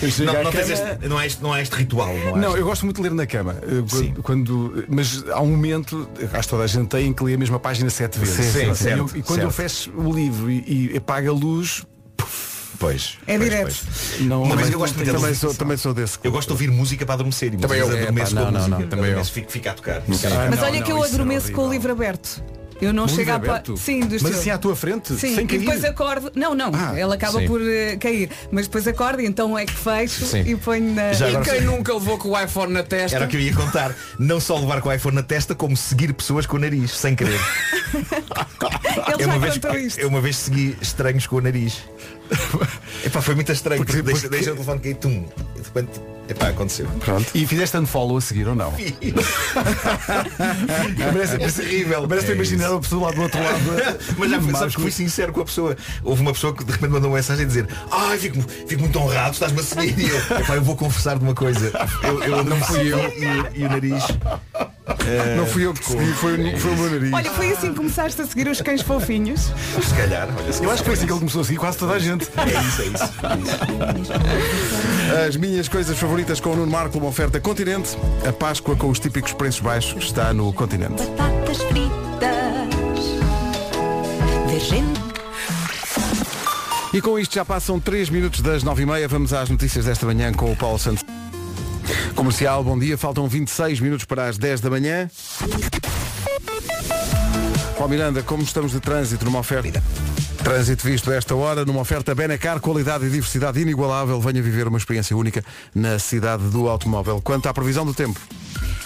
eu chego não, à não, tens cama- este, não, é este, não é este ritual Não, é Não, este- eu gosto muito de ler na cama. eh, quando- Sim. Quando, mas há um momento, eu acho que toda a gente tem, em que lê a mesma página sete vezes. Sim, E eu- certo, e quando eu fecho o livro e, e apago a luz, Pois É pois, direto. pois. não. Uma vez não- eu gosto muito também de- sou, também sou desse Eu gosto de ouvir música para adormecer e Também eu. muitas vezes É, pá, adormeço não, com a não, música. não, também eu. Adormeço, fico- fica a tocar. Ah, Mas não, olha não, que eu isso era adormeço com o horrível. livro aberto Eu não Mundo chego à pa- aberto? Sim, do Mas estilo. assim à tua frente, Sim, sem e cair. depois acordo. Não, não, Ah, ela acaba sim. por eh, cair. Mas depois acordo e então é que fecho Sim. e ponho na. Já E agora- quem nunca levou com o iPhone na testa? Era o que eu ia contar. Não só levar com o iPhone na testa, como seguir pessoas com o nariz, sem querer. Ele Eu já uma, vez, contou isto. eu uma vez segui estranhos com o nariz. Epá, foi muito estranho, porque, deixa, deixa o telefone cair tum. E de repente, epá, aconteceu. E fizeste unfollow a seguir ou não? Parece é terrível. Parece-te É imaginar isso. uma pessoa lá do outro lado. Mas já Marco. sabes que fui sincero com a pessoa. Houve uma pessoa que de repente mandou uma mensagem a dizer Ai, fico, fico muito honrado, estás-me a seguir. E eu, "Epá, eu vou confessar de uma coisa. Eu, eu não fui eu e, e o nariz. não fui eu que segui foi, o- foi o meu nariz Olha, foi assim que começaste a seguir os cães fofinhos. Se calhar, olha, se Eu acho que foi assim que ele começou a seguir quase toda a gente. É isso, é isso. As minhas coisas favoritas com o Nuno Marco, uma oferta Continente. A Páscoa com os típicos preços baixos está no Continente. Batatas fritas. Vergente. E com isto já passam 3 minutos das 9h30. Vamos às notícias desta manhã com o Paulo Santos. Comercial, bom dia. Faltam 26 minutos para as 10 da manhã. Paulo Miranda, como estamos de trânsito numa oferta? Trânsito visto a esta hora, numa oferta Benacar, qualidade e diversidade inigualável. Venha viver uma experiência única na cidade do automóvel. Quanto à previsão do tempo,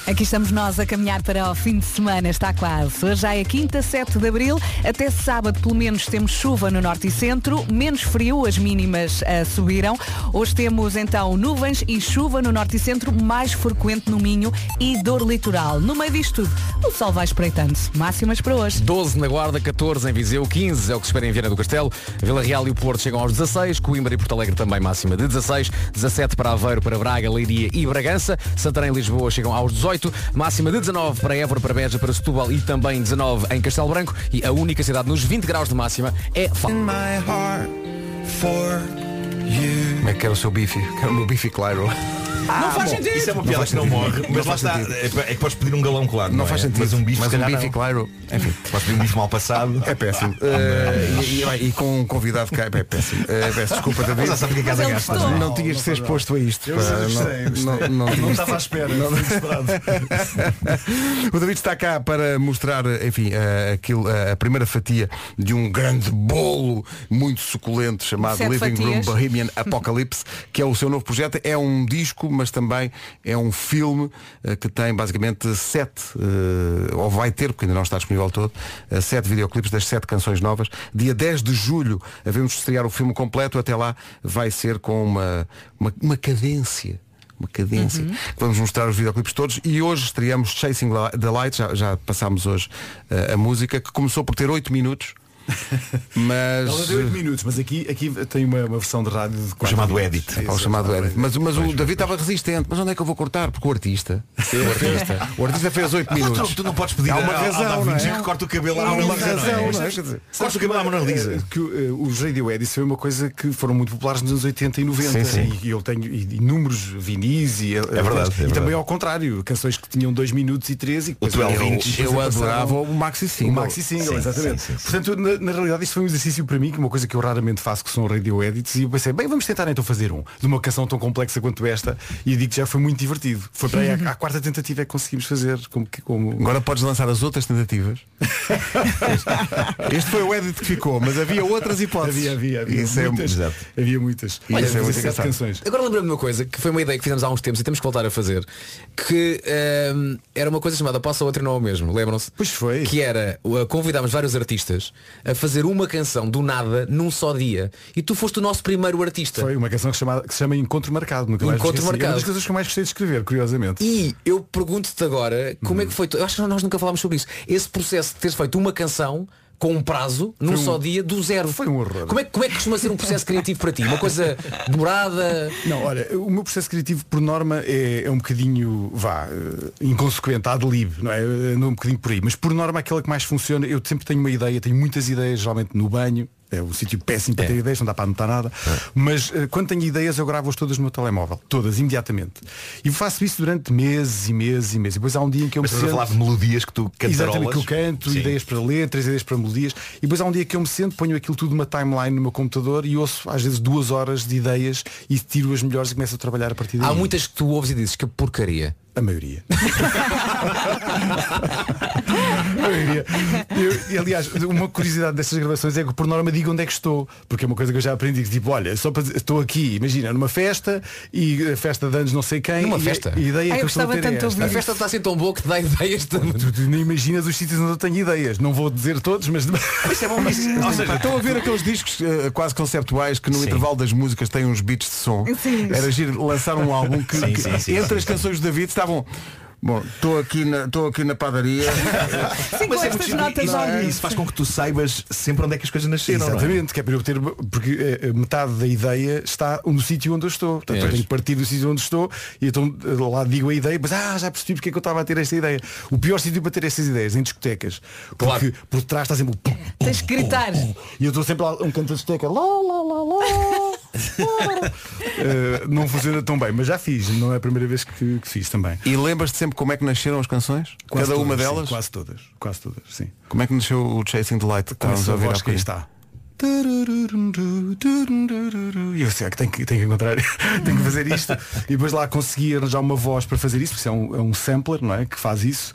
Aqui estamos nós a caminhar para o fim de semana, está quase. Hoje já é quinta, 7 de abril. Até sábado, pelo menos, temos chuva no norte e centro, menos frio, as mínimas ah, subiram. Hoje temos então nuvens e chuva no norte e centro, mais frequente no Minho e dor litoral. No meio disto tudo, o sol vai espreitando-se. Máximas para hoje. 12 na Guarda, 14 em Viseu, 15 é o que se espera em Viana do Castelo, Vila Real e o Porto chegam aos 16, Coimbra e Porto Alegre também máxima de 16, 17 para Aveiro, para Braga, Leiria e Bragança, Santarém e Lisboa chegam aos 18, máxima de 19 para Évora, para Beja, para Setúbal e também 19 em Castelo Branco e a única cidade nos 20 graus de máxima é Fá. como é que era o seu bife? Quero o meu bife claro. Não faz sentido! Isso é uma piada faz que não sentido. morre, Não mas lá faz está. sentido. É pá, é que podes pedir um galão claro. Não é? faz sentido. Mas um bife, Mas se um calhar bife não. claro. Enfim. Podes pedir um bife mal passado. Ah, É péssimo. Eh, e, e- e com um convidado cá é péssimo. Eh, peço desculpa, Mas David. já sabes o que é que há Mas da ele gasta. gostou. Não tinhas de ser exposto a isto. pá. Ah, Não- não- não tinhas- estava à espera. Não, O David está cá para mostrar, enfim, eh, aquilo, eh, a primeira fatia de um grande bolo muito suculento chamado Sete Living Room fatias. Bohemian Apocalypse, que é o seu novo projeto. É um disco, mas também é um filme eh, que tem basicamente sete, eh, ou vai ter, porque ainda não está disponível todo, eh, sete videoclipes das sete canções novas. Dia 10 de julho havemos de estrear o filme completo. Até lá vai ser com uma, uma, uma cadência uma cadência. Uhum. Vamos mostrar os videoclipes todos e hoje estreamos Chasing the Light, já, já passámos hoje eh, a música, que começou por ter 8 minutos Mas. Ela deu 8 minutos, mas aqui, aqui tem uma, uma versão de rádio de quatro chamado minutos. edit. Ao Exato. É chamado Edit. Mas, mas o David estava resistente. Mas onde é que eu vou cortar? Porque o artista. O artista, Ah, o artista fez 8 minutos. Tu, tu não podes pedir Há uma ao- ao razão, Da Vinci não é? que corta o cabelo à Há Mona uma Lisa, não é? razão, não é? Sabes- Quer dizer, Corta o cabelo à Mona Lisa. que eh, os Radio Edits foi uma coisa que foram muito populares nos anos 80 e 90 Sim, sim. e eu tenho i- inúmeros vinis e, eh, verdade, é e verdade. também ao contrário, canções que tinham 2 minutos e 13 e depois 12 eram- inches. depois Eu passaram- adorava o Maxi o Single. maxi single, Sim, exatamente. sim, sim, sim. Portanto, na, na realidade isto foi um exercício para mim, que é uma coisa que eu raramente faço, que são radio edits, e eu pensei, bem, vamos tentar então fazer um, de uma canção tão complexa quanto esta, e digo que já foi muito divertido. Foi para aí a, quarta tentativa é que conseguimos fazer, como que como. Agora podes lançar as outras tentativas. Este- este foi o edit que ficou, mas havia outras hipóteses. Havia, havia, havia Isso é- muitas. exato. havia muitas. Olha, isso é muito 17 engraçado. canções. Agora lembrando me de uma coisa, que foi uma ideia que fizemos há uns tempos e temos que voltar a fazer, que ehm, era uma coisa chamada Passa Outra e Não é o Mesmo, lembram-se? Pois foi. Que era, uh, convidámos vários artistas a fazer uma canção do nada num só dia. E tu foste o nosso primeiro artista. Foi uma canção que, chamada- que se chama Encontro Marcado. Nunca mais Encontro esqueci. É uma Marcado. das coisas que eu mais gostei de escrever, curiosamente. E eu pergunto-te agora como é Uhum. que foi. tu- Eu acho que nós nunca falámos sobre isso. Esse processo de teres feito uma canção com um prazo num só dia do zero. foi um horror. Como é, que- como é que costuma ser um processo criativo para ti? Uma coisa demorada? Não, olha, o meu processo criativo por norma é, é um bocadinho, vá, eh, inconsequente, ad lib, não é? Não um bocadinho por aí. Mas por norma aquela que mais funciona, eu sempre tenho uma ideia, tenho muitas ideias, geralmente no banho. É um sítio péssimo para ter ideias, não dá para anotar nada. É. Mas eh, quando tenho ideias eu gravo-as todas no meu telemóvel. Todas, imediatamente. E faço isso durante meses e meses e meses. E depois há um dia em que eu Mas me estás a sento- falar de melodias que tu Exatamente, cantarolas. que eu canto, Sim. ideias para letras, ideias para melodias. E depois há um dia que eu me sento, ponho aquilo tudo numa timeline no meu computador e ouço às vezes duas horas de ideias e tiro as melhores e começo a trabalhar a partir daí. Há muitas que tu ouves e dizes que porcaria. A maioria. a maioria. Eu- e, aliás, uma curiosidade destas gravações é que por norma digo onde é que estou, porque é uma coisa que eu já aprendi, que tipo, olha, só para dizer, estou aqui, imagina, numa festa e a festa de anos não sei quem. Numa e a- festa? E a ideia Ai, que eu eu estou a gostava ter é tanto de esta. ouvir A festa está assim tão boa que te dá ideias de... Tu, tu nem imaginas os sítios onde eu tenho ideias. Não vou dizer todos, mas. Isso é bom, mas- ou seja, Estão a ver aqueles discos eh, quase conceptuais que no intervalo das músicas têm uns beats de som. Sim. Era giro lançar um álbum que, Sim, que sim, sim, entre sim, as canções do David estavam. Bom, estou aqui, na- estou aqui na padaria. Sim, com estas muito- notas isso, óbvias. Ah, isso faz com que tu saibas sempre onde é que as coisas nasceram. não é? Exatamente, que é para eu ter. Porque eh, metade da ideia está no sítio onde eu estou. Portanto, eu tenho que partir do sítio onde estou e então eh, lá digo a ideia, mas ah, já percebi porque é que eu estava a ter esta ideia. O pior sítio para ter estas ideias, em discotecas. Porque por trás está sempre. o pum, pum, Tens que gritar. E eu estou sempre lá um canto da discoteca. Lá, lá, lá, lá. lá. Eh, não funciona tão bem, mas já fiz, não é a primeira vez que, que fiz também. E lembras-te sempre como é que nasceram as canções? Quase Cada uma todas, sim, delas? quase todas, quase todas, sim. Como é que nasceu o Chasing the Light? que Estávamos Começa a Então a ouvir há voz que aí bocadinho? está. E eu sei que tenho que, tenho que encontrar, tenho que fazer isto. E depois lá consegui arranjar uma voz para fazer isso, porque isso é um, é um sampler, não é? Que faz isso.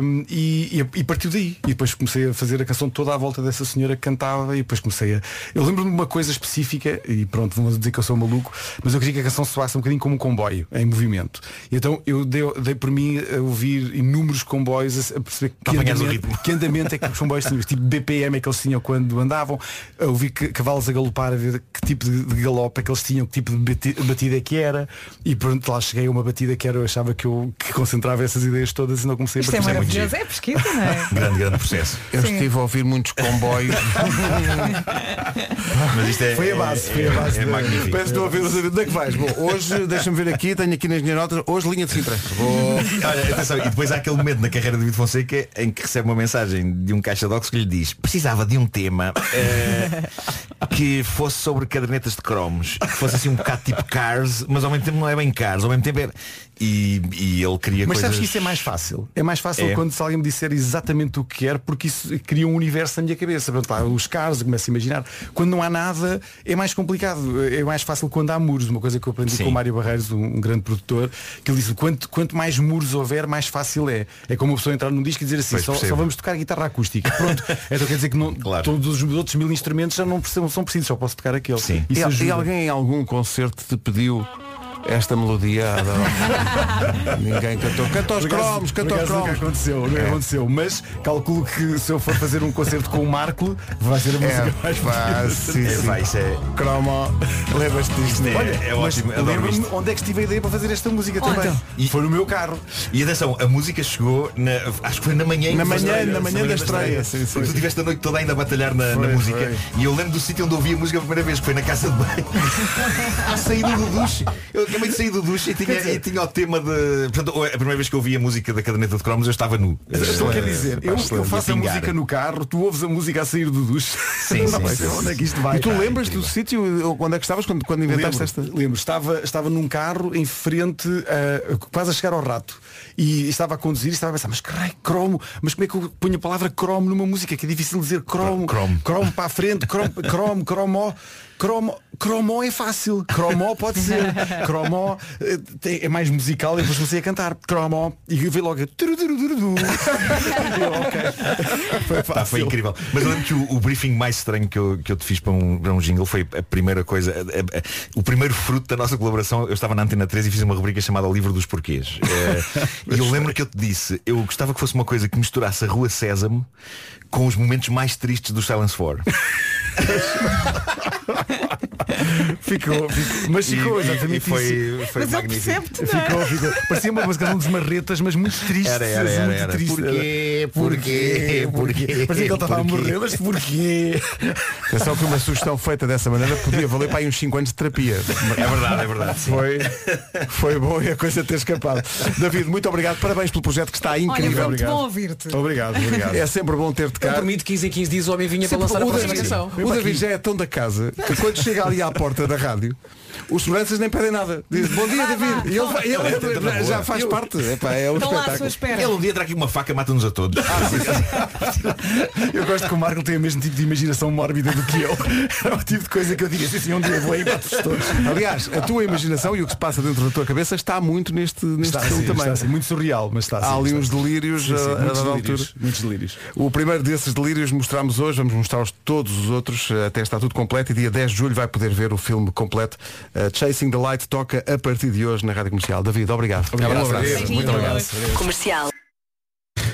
Um, e, e, e partiu daí. E depois comecei a fazer a canção toda à volta dessa senhora que cantava. E depois comecei a. Eu lembro-me de uma coisa específica, e pronto, vão dizer que eu sou maluco, mas eu queria que a canção soasse um bocadinho como um comboio em movimento. E então eu dei, dei por mim a ouvir inúmeros comboios a, a perceber que apanhares Tá o andamento- ritmo. que andamento é que os comboios tinham, tipo BPM é que eles tinham quando andavam, a ouvir que- cavalos a galopar, a ver que tipo de, de galope é que eles tinham, que tipo de bati- batida é que era, e pronto, lá cheguei a uma batida que era, eu achava que eu que concentrava essas ideias todas e não comecei Isto é a partir. maravilhoso. É pesquisa, não é? Grande, grande processo. Eu Sim. estive a ouvir muitos comboios. Mas isto é, Foi a base, foi a base É, é da- magnífico. Parece que estou a ver os onde é que vais. Bom, hoje, deixa-me ver aqui, tenho aqui nas minhas notas, hoje linha de Sintra. Vou- Olha, atenção, e depois há aquele momento na carreira de David Fonseca em que recebe uma mensagem de um caixa de óculos que lhe diz precisava de um tema eh, que fosse sobre cadernetas de cromos, que fosse assim um bocado tipo Cars, mas ao mesmo tempo não é bem Cars, ao mesmo tempo é... E, e ele queria Mas coisas... sabes que isso é mais fácil? É mais fácil É. quando se alguém me disser exatamente o que quer, porque isso cria um universo na minha cabeça. Pronto, lá, os carros, eu começo a imaginar. Quando não há nada, é mais complicado. É mais fácil quando há muros. Uma coisa que eu aprendi Sim. com o Mário Barreiros, um, um grande produtor, que ele disse, quanto, quanto mais muros houver, mais fácil é. É como uma pessoa entrar num disco e dizer assim, Pois, só, percebo. só vamos tocar guitarra acústica. Pronto, então quer dizer que não, Claro. todos os outros mil instrumentos já não precisam- são precisos, só posso tocar aquele. Sim. E, Isso al- e ajuda. alguém em algum concerto te pediu Esta melodia adoro. Ninguém cantou. Canta aos Por acaso- cromos, por canta aos acaso cromos. Nunca aconteceu, né? nunca É. aconteceu. Mas calculo que se eu for fazer um concerto com o Marco, vai ser a música É, mais vai, pedida. sim, sim. Vai, isso é- Cromo, levas-te disto. é- Olha, é mas ótimo, adoro lembra-me isto. onde é que tive a ideia para fazer esta música Olha. também. E- Foi no meu carro. E atenção, a música chegou na, acho que foi na manhã em Na que foi manhã, estreia, na manhã da estreia, sim, sim. Porque tu tiveste a noite toda ainda a batalhar na, na Foi, música foi. e eu lembro do sítio onde ouvi a música a primeira vez, que foi na casa de banho. Saído do duche. Eu acabei de sair do duche e tinha, e tinha o tema de. Portanto, a primeira vez que eu ouvi a música da caderneta de cromos eu estava nu. Estou a Eh, querer dizer, pá, É eu, estou eu faço a pingar. música no carro, tu ouves a música a sair do duche. Sim, Não sim, vai sim, ser sim, onde é que sim. isto vai. E tu pá. lembras-te do sítio onde é que estavas quando, quando inventaste Lembro, esta? lembro. Estava, estava num carro em frente, a- quase a chegar ao rato. E estava a conduzir e estava a pensar, mas caralho, cromo, mas como é que eu ponho a palavra cromo numa música? Que é difícil dizer cromo. Cromo. para a frente, cromo, cromo, cromo, cromo. Cromo é fácil, cromo pode ser, cromo eh, tem- é mais musical e depois comecei a cantar, cromo, e eu vi logo, turudurudurudu. E eu, ok. Pá, foi foi fácil. incrível. Mas eu lembro que o, o briefing mais estranho que eu, que eu te fiz para um, para um jingle foi a primeira coisa, a- a- a- o primeiro fruto da nossa colaboração. Eu estava na Antena 3 e fiz uma rubrica chamada O Livro dos Porquês. Eh, E eu lembro que eu te disse, eu gostava que fosse uma coisa que misturasse a Rua Sésamo com os momentos mais tristes do Silence 4. Ficou, ficou, mas ficou, e, exatamente e isso. foi, foi magnífico. é? Ficou, ficou. Parecia uma música de um dos marretas, mas muito triste. Era, era, assim, era, muito era. triste. Porquê? Porquê? Porquê? Parecia que ele estava a Porquê? morrer, mas porquê? Atenção que uma sugestão feita dessa maneira podia valer para aí uns 5 anos de terapia. É verdade, é verdade. sim. Foi, foi bom e a coisa ter escapado. David, muito obrigado. Parabéns pelo projeto que está Olha, incrível. foi muito bom ouvir-te. Obrigado, obrigado. É sempre bom ter-te Eu cá. permito 15 em 15 dias o homem vinha para Sempre- lançar a o próxima David, canção. o David já é tão da casa que quando chega ali à porta da rádio, os seguranças nem pedem nada. Diz bom dia David. E ele, vai- ele- ele já faz parte. Epá, é um Estão lá à sua espetáculo. espera. Ele um dia terá aqui uma faca, mata-nos a todos. Ah, Eu gosto que o Marco tem o mesmo tipo de imaginação mórbida do que eu. É o tipo de coisa que eu diria assim, assim um dia eu vou aí para todos. Aliás, a tua imaginação e o que se passa dentro da tua cabeça está muito neste, neste Está filme assim, também. está assim, muito surreal, mas está assim. Há ali está. uns delírios Sim, a, a sim, muitos, dada altura. delírios, muitos delírios. O primeiro desses delírios mostramos hoje, vamos mostrar-os todos os outros, eh, até está tudo completo e dia 10 de julho vai poder ver o filme completo. Eh, Chasing the Light toca a partir de hoje na Rádio Comercial. David, obrigado. Obrigado. Um abraço. Beijinho. Muito obrigado. Comercial.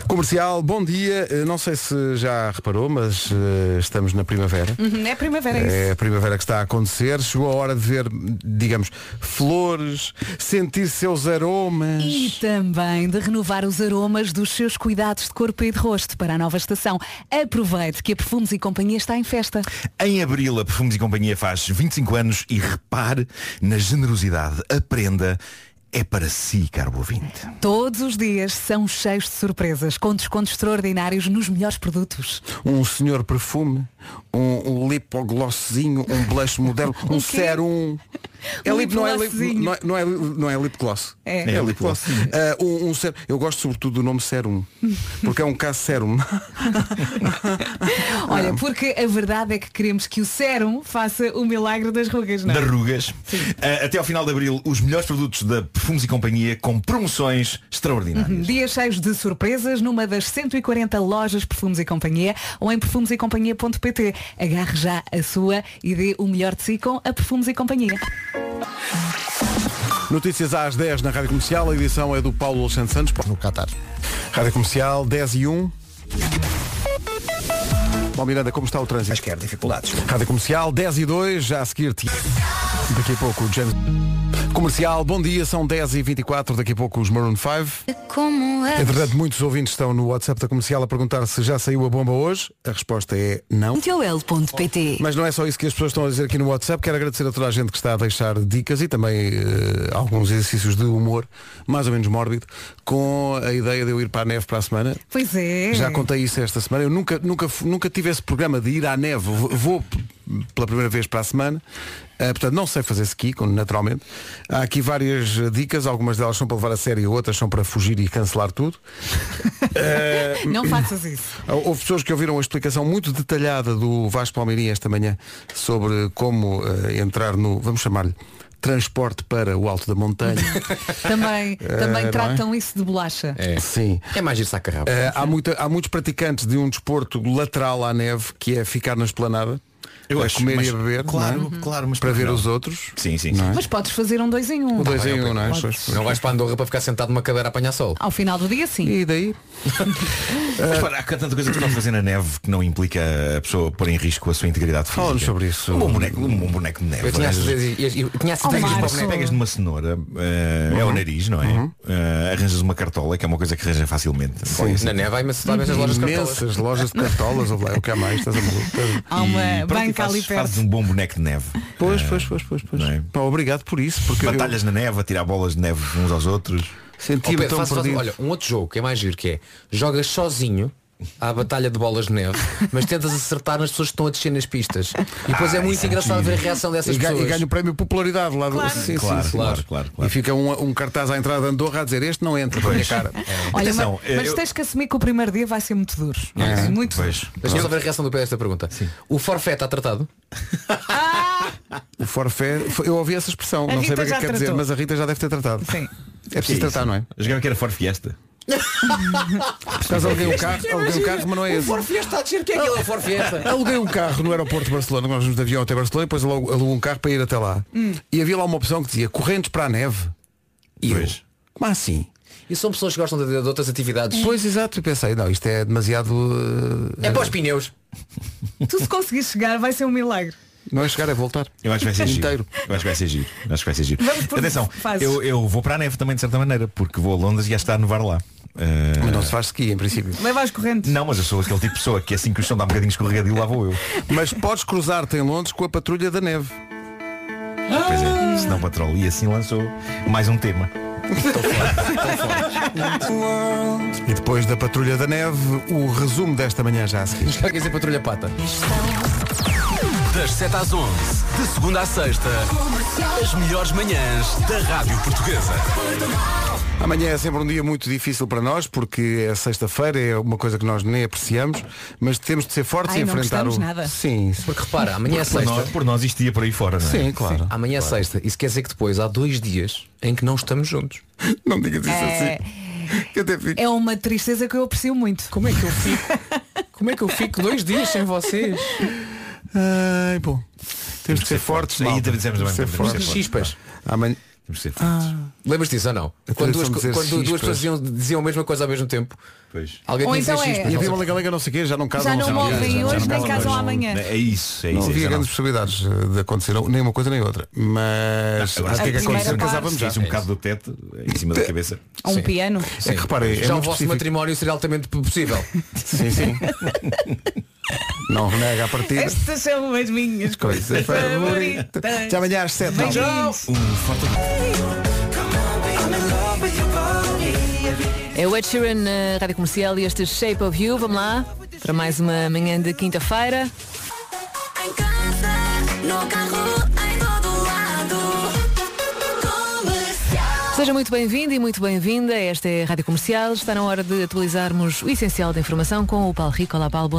Comercial, bom dia. Eh, Não sei se já reparou, mas eh, estamos na primavera. Uhum, É primavera isso. É a primavera que está a acontecer. Chegou a hora de ver, digamos, flores, sentir seus aromas. E também de renovar os aromas dos seus cuidados de corpo e de rosto para a nova estação. Aproveite que a Perfumes e Companhia está em festa. Em abril, a Perfumes e Companhia faz 25 anos e repare na generosidade. Aprenda. É para si, caro ouvinte. Todos os dias são cheios de surpresas, com descontos extraordinários nos melhores produtos. um senhor perfume, um, um lipoglossinho, um blush moderno, um quê? sérum. É Um lip, não, é lip, lipglossinho. não, é, não, é, não é lip gloss. É. É lip gloss. Ah, um, um sérum. Eu gosto sobretudo do nome sérum. Porque é um caso sérum. Olha, porque a verdade é que queremos que o sérum faça o milagre das rugas, não? é? Das rugas. Ah, até ao final de abril, os melhores produtos da Perfumes e Companhia com promoções extraordinárias. Dias cheios de surpresas numa das 140 lojas Perfumes e Companhia ou em perfumesecompañia.pt. Agarre já a sua e dê o melhor de si com a Perfumes e Companhia. Notícias às 10 na Rádio Comercial. A edição é do Paulo Alexandre Santos. No Qatar. Rádio Comercial, 10 e 1. Bom, Miranda, como está o trânsito? Mas quer dificuldades. Rádio Comercial, 10 e 2, já a seguir -te. Daqui a pouco o James... Comercial, bom dia, são 10 e 24 daqui a pouco os Maroon 5. Como é? Entretanto, muitos ouvintes estão no WhatsApp da Comercial a perguntar se já saiu a bomba hoje. A resposta é não. Tol.pt Mas não é só isso que as pessoas estão a dizer aqui no WhatsApp. Quero agradecer a toda a gente que está a deixar dicas e também eh, alguns exercícios de humor, mais ou menos mórbido, com a ideia de eu ir para a neve para a semana. Pois é. Já contei isso esta semana. Eu nunca, nunca, fu- nunca tive esse programa de ir à neve. Vou- Vou p- pela primeira vez para a semana. Ah, portanto, não sei fazer ski, como naturalmente. Há aqui várias ah, dicas. Algumas delas são para levar a sério, outras são para fugir e cancelar tudo. Não faças isso. Há- Houve pessoas que ouviram a explicação muito detalhada do Vasco Palmeirinho esta manhã sobre como ah, entrar no, vamos chamar-lhe, transporte para o alto da montanha. Também, também não é? tratam isso de bolacha. É. Sim. É mais ir saca rabo. Eh, há, muita- há muitos praticantes de um desporto lateral à neve, que é ficar na esplanada. Eu a acho, comer mas- e a beber, claro, não é? claro, mas para por que ver não? os outros. Sim, sim. Não é? Mas podes fazer um dois em um. O dois em um, não é? Podes. Só- Não vais para a Andorra para ficar sentado numa cadeira a apanhar sol. Ao final do dia, sim. E daí? Mas para, há tanta coisa que se pode fazer na neve que não implica a pessoa pôr em risco a sua integridade física. Fala-nos sobre isso. Um bom boneco, um bom boneco de neve. Eu tinha as arranjas- certeza- eu- eu tinha a Ao certeza que mar. isto para o Pegas, Março. boneco. pegas numa cenoura, eh, Uhum. é o nariz, não é? Eh, arranjas uma cartola, que é uma coisa que arranja facilmente. Olha, Na neve vai me assustar as né? lojas de cartolas. Imensas lojas de cartolas, ou lá, o que há mais, estás a maluco? Há Estás- e uma pronto, e banca ali fazes, perto. fazes um bom boneco de neve. Pois, pois, pois, pois, pois. Não é? Pá, obrigado por isso, porque eu Batalhas na neve, a tirar bolas de neve uns aos outros. Oh, senti-me Pedro, tão faz- faz- perdido. olha, um outro jogo que é mais giro que é jogas sozinho à batalha de bolas de neve, mas tentas acertar nas pessoas que estão a descer nas pistas. E depois é Ah, muito isso é engraçado giro. ver a reação dessas E ganho, e pessoas. ganho o prémio popularidade lá do... Sim, sim, claro, sim. claro, claro, E claro. fica um, um cartaz à entrada de Andorra a dizer este não entra, põe a cara. Olha, É. Atenção, mas, eh, mas eu- tens que assumir que o primeiro dia vai ser muito duro. É, Muito duro. pois. Deixa-me só ver a reação do Pedro a esta pergunta. O forfé está tratado? O forfé, eu ouvi essa expressão, não sei Rita bem o que já quer dizer, tratou. mas a Rita já deve ter tratado. Sim. É preciso tratar, não é? Jogava que era for fiesta. Estás aluguei um carro, aluguei um carro, mas não é esse. forfé está a descer, o que é aquilo? O forfé Aluguei um carro no aeroporto de Barcelona, nós vimos de avião até Barcelona e depois alu- alugo um carro para ir até lá. Hum. E havia lá uma opção que dizia correntes para a neve. E eu, Pois. como assim? E são pessoas que gostam de, de outras É. atividades. Pois exato, e pensei, não, isto é demasiado. uh, É para os pneus. Tu se conseguires chegar vai ser um milagre. Não é chegar, é voltar. Eu acho que vai ser giro. Inteiro. Eu acho que vai ser giro. Eu acho que vai ser giro. Vamos por Atenção, fases. eu, eu vou para a neve também de certa maneira, porque vou a Londres e já está a nevar lá. Eh, Mas não se faz ski em princípio. Leva as correntes. não, mas eu sou aquele tipo de pessoa que assim que o chão dá um bocadinho escorregadio lá vou eu. Mas podes cruzar-te em Londres com a patrulha da neve. Pois é, se não patrol. E assim lançou mais um tema. E depois da patrulha da neve, o resumo desta manhã já a seguir. Já quer dizer patrulha pata. Das 7 às 11, de segunda à sexta, as melhores manhãs da Rádio Portuguesa. Amanhã é sempre um dia muito difícil para nós, porque é sexta-feira, é uma coisa que nós nem apreciamos, mas temos de ser fortes Ai, e não enfrentar gostamos o. nada. Sim, sim. Porque repara, amanhã é Por sexta. nós, por nós isto ia por aí fora, não é? Sim, claro. Amanhã é sexta. Isso quer dizer que depois há dois dias em que não estamos juntos. Não digas isso É, assim. Que até fico. é uma tristeza que eu aprecio muito. Como é que eu fico? Como é que eu fico dois dias sem vocês? Ai, bom. Temos de ser fortes. Aí malta. também dissemos bem, Temos de ser também fortes. dissemos. Chispas. Amanhã. Temos que ser fortes. Lembras disso ou não? Eu Quando duas, tenho só de dizer quando chispas. duas pessoas diziam, diziam a mesma coisa ao mesmo tempo. Pois. Alguém Ou tinha então que é- dizer E havia uma chispas. legalega não sei quê, já não casam. Já não não sei o quê. movem Já hoje, não nem casam. casam amanhã. É isso, é Não isso. havia é grandes possibilidades eh, de acontecer nem uma coisa nem outra. Mas Agora, acho que é que a primeira aconteceu, parte- casávamos já. Fiz um bocado do teto em cima da cabeça. Há um Sim. piano. É que reparem, é Já o muito vosso específico. matrimónio seria altamente possível. Sim, sim. não renega a partida. Estas são as minhas Coisas favoritas. Já amanhã às 7 não. Um É o Ed Sheeran na Rádio Comercial e este Shape of You. Vamos lá para mais uma manhã de quinta-feira. Em casa, no carro, em todo lado. Comercial. Seja muito bem-vindo e muito bem-vinda. Esta é a Rádio Comercial. Está na hora de atualizarmos o essencial da informação com o Paulo Rico. Olá, Paulo. Bom